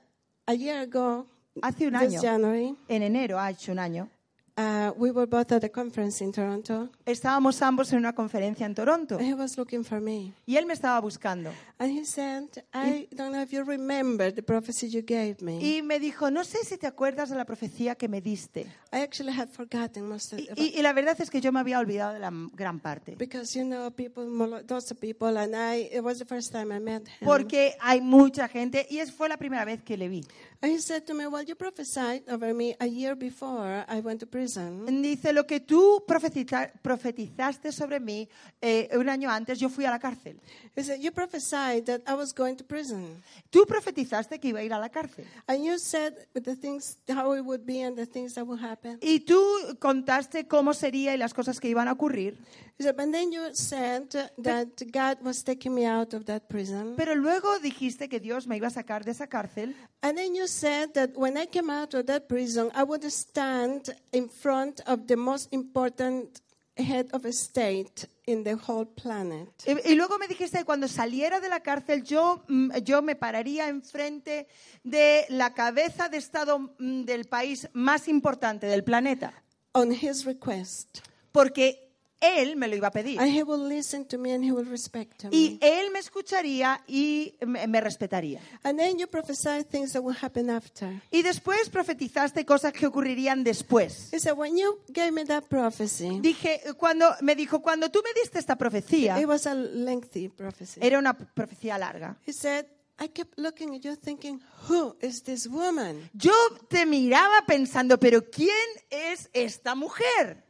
B: a year ago,
C: Hace un
B: this
C: año.
B: January,
C: En enero, ha hecho un año,
B: uh, we were both at a conference in Toronto,
C: estábamos ambos en una conferencia en Toronto
B: and he was looking for me.
C: y él me estaba buscando.
B: And he said, I don't know if you remember the prophecy you gave me.
C: Y me dijo, no sé si te acuerdas de la profecía que me diste.
B: I actually had forgotten most of
C: Y,
B: it.
C: y- y la verdad es que yo me había olvidado de la m- gran parte.
B: Because, you know, people, lots of people, and I, it was the first time I met him.
C: Porque hay mucha gente y es, fue la primera vez que le vi.
B: And he said to me, Well, you prophesied over me a year before I went to prison.
C: Dice, lo que tú profetiza- profetizaste sobre mí eh, un año antes, yo fui a la cárcel.
B: He said, You prophesied that I was going to prison.
C: Tú profetizaste que iba a ir a la cárcel.
B: And you said with the things, how it would be and the things that would happen.
C: Y tú contaste cómo sería y las cosas que iban a ocurrir.
B: He said, But then you said that God was taking me out of that prison.
C: Pero luego dijiste que Dios me iba a sacar de esa cárcel.
B: And then you said that when I came out of that prison, I would stand in front of the most important head of a state in the whole planet.
C: Y, y luego me dijiste que cuando saliera de la cárcel yo, mm, yo me pararía enfrente de la cabeza de Estado mm, del país más importante del planeta,
B: On his request.
C: porque él me lo iba a pedir.
B: And he will listen to me and he will respect
C: Y
B: me.
C: él me escucharía y me me respetaría.
B: And then you prophesied things that will happen after.
C: Y después profetizaste cosas que ocurrirían después.
B: He said, When you gave me that prophecy,
C: Dije, cuando, me dijo, cuando tú me diste esta profecía,
B: It was a lengthy prophecy.
C: era una profecía larga.
B: he said, I kept looking at you thinking, who is this woman?
C: Yo te miraba pensando, pero ¿quién es esta mujer?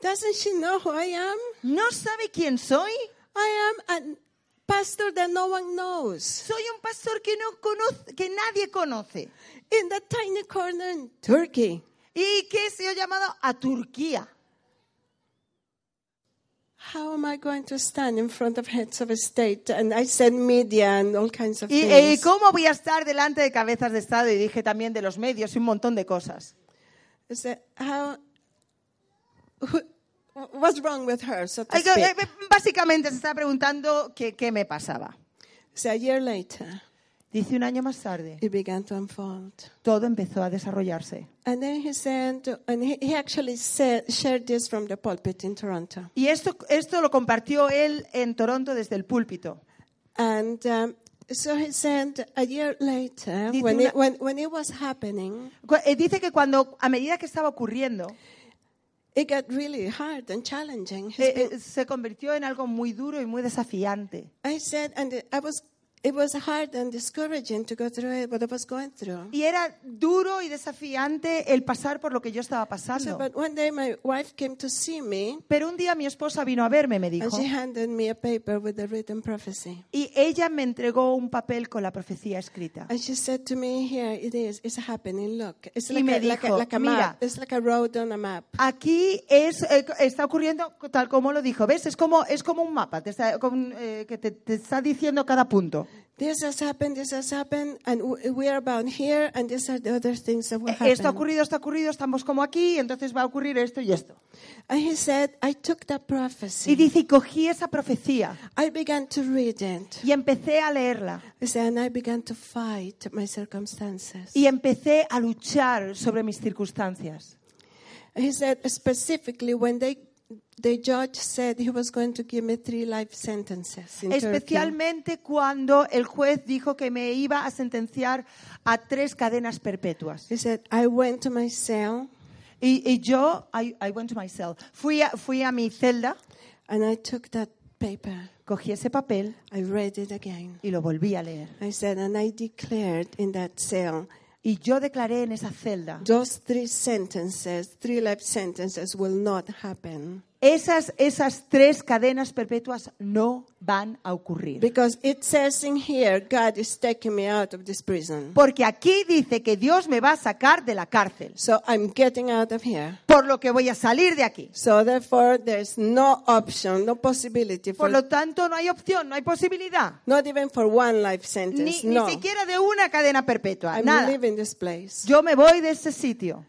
B: Doesn't she know who I am?
C: ¿No sabe quién soy?
B: I am a pastor that no one knows
C: Soy un pastor que, no conoce, que nadie conoce
B: in that tiny corner in Turkey.
C: y que se ha llamado a Turquía.
B: How am I going to stand in front of heads of state? And I said media and all kinds of
C: ¿Y eh,
B: things.
C: cómo voy a estar delante de cabezas de Estado? Y dije también de los medios y un montón de cosas.
B: I said, how, who, what's wrong with her? So to
C: Ay, que-
B: speak.
C: eh, Básicamente se estaba preguntando qué, qué me pasaba.
B: So a year later,
C: Dice un año más tarde,
B: it began to unfold.
C: todo empezó a desarrollarse.
B: And then he said, and he, he actually said, shared this from the pulpit in Toronto.
C: Y esto, esto lo compartió él en Toronto desde el púlpito.
B: And um, so he said, a year later,
C: Did
B: when
C: you
B: it, when, when it was happening,
C: Cu- eh, Dice que cuando, a medida que estaba ocurriendo,
B: it got really hard and challenging. He's
C: eh,
B: been-
C: eh, se convirtió en algo muy duro y muy desafiante.
B: I said, and I was, it was hard and discouraging to go through it, what I was going through.
C: Y era duro y desafiante el pasar por lo que yo estaba
B: I said,
C: pasando.
B: but one day my wife came to see me,
C: Pero un día mi esposa vino a verme, me
B: and
C: dijo,
B: she handed me a paper with the written prophecy.
C: y ella me entregó un papel con la profecía escrita.
B: And she said to me, "Here it is. It's happening. Look, it's
C: Y
B: like,
C: me
B: a, like, a,
C: dijo,
B: like a
C: "Mira."
B: map. It's like a road on a map."
C: Aquí es, eh, está ocurriendo tal como lo dijo, ¿ves? Es como, es como un mapa te está- con, eh, que te, te está diciendo cada punto.
B: This has happened, this has happened, and w- we are about here, and these are the other things that will
C: Eh, Esto ha
B: happen.
C: ocurrido, esto ha ocurrido, estamos como aquí, entonces va a ocurrir esto y esto.
B: And he said, I took that
C: Y
B: prophecy.
C: dice, y cogí esa profecía
B: I began to read it.
C: y empecé a leerla
B: He said, and I began to fight my circumstances.
C: y empecé a luchar sobre mis circunstancias.
B: He said, specifically, when they the judge said he was going to give me three life sentences. in Turkey.
C: Especialmente cuando el juez dijo que me iba a sentenciar a tres cadenas perpetuas.
B: He said, I went to my cell
C: Y, y yo, I, I went to my cell. Fui a, fui a mi celda,
B: and I took that paper.
C: cogí ese papel
B: I read it again.
C: y lo volví a leer.
B: I said, and I declared in that cell,
C: Y yo declaré en esa celda,
B: those three sentences, three life sentences, will not happen
C: esas, esas tres cadenas perpetuas no van a ocurrir.
B: because it says in here, God is taking me out of this prison.
C: Porque aquí dice que Dios me va a sacar de la cárcel,
B: So I'm getting out of here.
C: por lo que voy a salir de aquí.
B: So therefore, there's no option, no possibility for
C: Por lo tanto, no hay opción, no hay posibilidad.
B: not even for one life
C: Ni,
B: sentence.
C: ni
B: no,
C: siquiera de una cadena perpetua,
B: I'm
C: nada.
B: leaving this place.
C: Yo me voy de este sitio.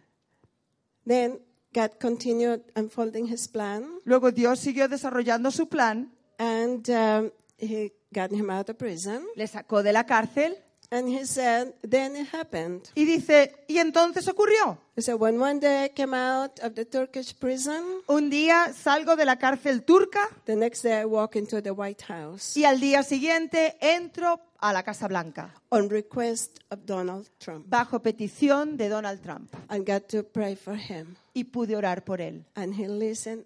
B: Then God continued unfolding His plan,
C: Luego Dios siguió desarrollando su plan,
B: and um, He got him out of prison.
C: le sacó de la cárcel
B: And He said, then it happened.
C: y dice, y entonces ocurrió.
B: He said, when one day I came out of the Turkish prison,
C: Un día salgo de la cárcel turca
B: the next day I walk into the White House
C: y al día siguiente entro a la Casa Blanca
B: on request of Donald Trump.
C: bajo petición de Donald Trump
B: I got to pray for him,
C: y pude orar por él.
B: and he listened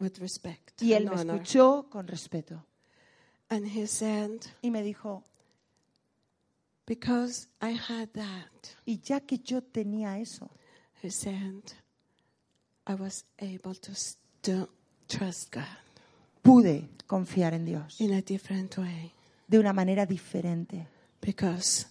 B: with respect
C: Y él
B: and
C: me
B: honor.
C: escuchó con respeto
B: And he said,
C: y me dijo,
B: Because I had that,
C: y ya que yo tenía eso,
B: he said, I was able to still trust God
C: pude confiar en Dios
B: in a different way
C: de una manera diferente.
B: because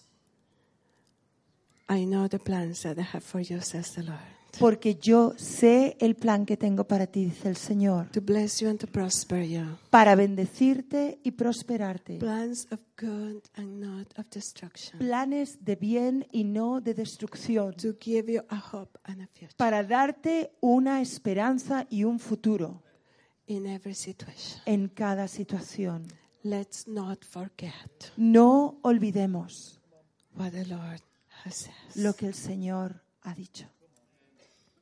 B: I know the plans that I have for you, says the Lord.
C: Porque yo sé el plan que tengo para ti, dice el Señor,
B: To bless you and to prosper you.
C: para bendecirte y prosperarte.
B: Plans of good and not of destruction.
C: Planes de bien y no de destrucción.
B: To give you a hope and a future
C: Para darte una esperanza y un futuro
B: in every situation.
C: en cada situación.
B: Let's not forget
C: No olvidemos
B: what the Lord has said.
C: lo que el Señor ha dicho,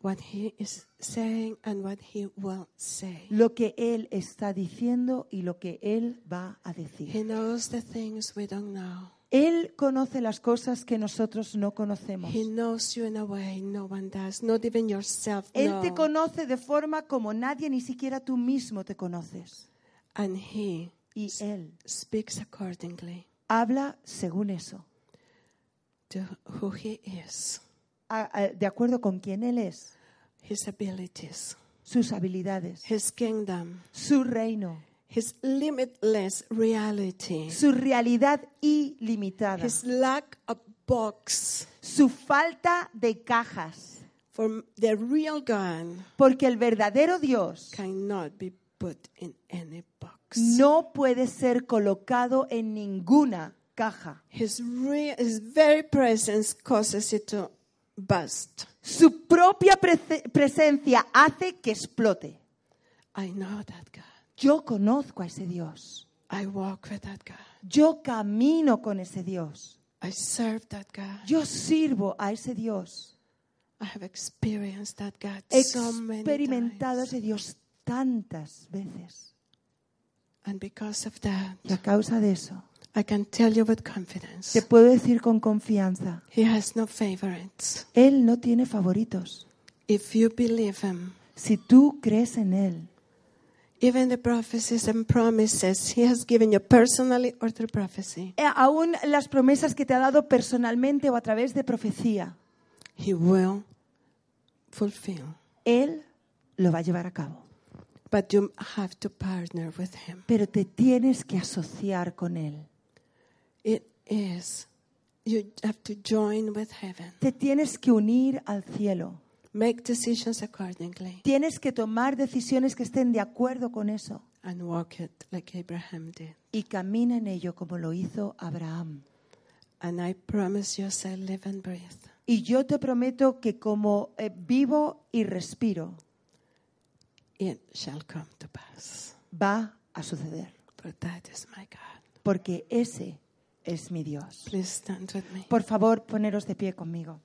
B: what he is saying and what he will say.
C: lo que Él está diciendo y lo que Él va a decir.
B: He knows the things we don't know.
C: Él conoce las cosas que nosotros no conocemos.
B: He knows you in a way no one does, not even yourself.
C: Él te
B: know.
C: conoce de forma como nadie, ni siquiera tú mismo te conoces.
B: And he
C: Y Él
B: speaks accordingly
C: habla según eso,
B: to who he is,
C: a- a- de acuerdo con quién Él es,
B: his abilities,
C: sus habilidades,
B: his kingdom,
C: su reino,
B: his limitless reality,
C: su realidad ilimitada,
B: his lack of box
C: su falta de cajas.
B: for the real God
C: Porque el verdadero Dios
B: cannot be put in any box.
C: no puede ser colocado en ninguna caja.
B: His, re- his very presence causes it to bust.
C: Su propia prece- presencia hace que explote.
B: I know that God.
C: Yo conozco a ese Dios.
B: I walk with that God.
C: Yo camino con ese Dios.
B: I serve that God.
C: Yo sirvo a ese Dios.
B: I have experienced that God
C: He
B: so many
C: experimentado a
B: times.
C: ese Dios tantas veces.
B: And because of that,
C: Y a causa de eso,
B: I can tell you with confidence,
C: te puedo decir con confianza,
B: He has no favorites.
C: Él no tiene favoritos.
B: If you believe Him,
C: Si tú crees en Él,
B: even the prophecies and promises He has given you personally or through prophecy,
C: eh, aún las promesas que te ha dado personalmente o a través de profecía,
B: He will fulfill.
C: Él lo va a llevar a cabo.
B: But you have to partner with Him.
C: Pero te tienes que asociar con Él.
B: It is. You have to join with heaven.
C: Te tienes que unir al cielo.
B: Make decisions accordingly
C: Tienes que tomar decisiones que estén de acuerdo con eso.
B: and walk it like Abraham did.
C: Y camina en ello como lo hizo Abraham.
B: And I promise you, as I live and breathe,
C: Y yo te prometo que como eh, vivo y respiro,
B: it shall come to pass.
C: va a suceder.
B: For that is my God.
C: Porque ese es mi Dios.
B: Please stand with me.
C: Por favor, poneros de pie conmigo.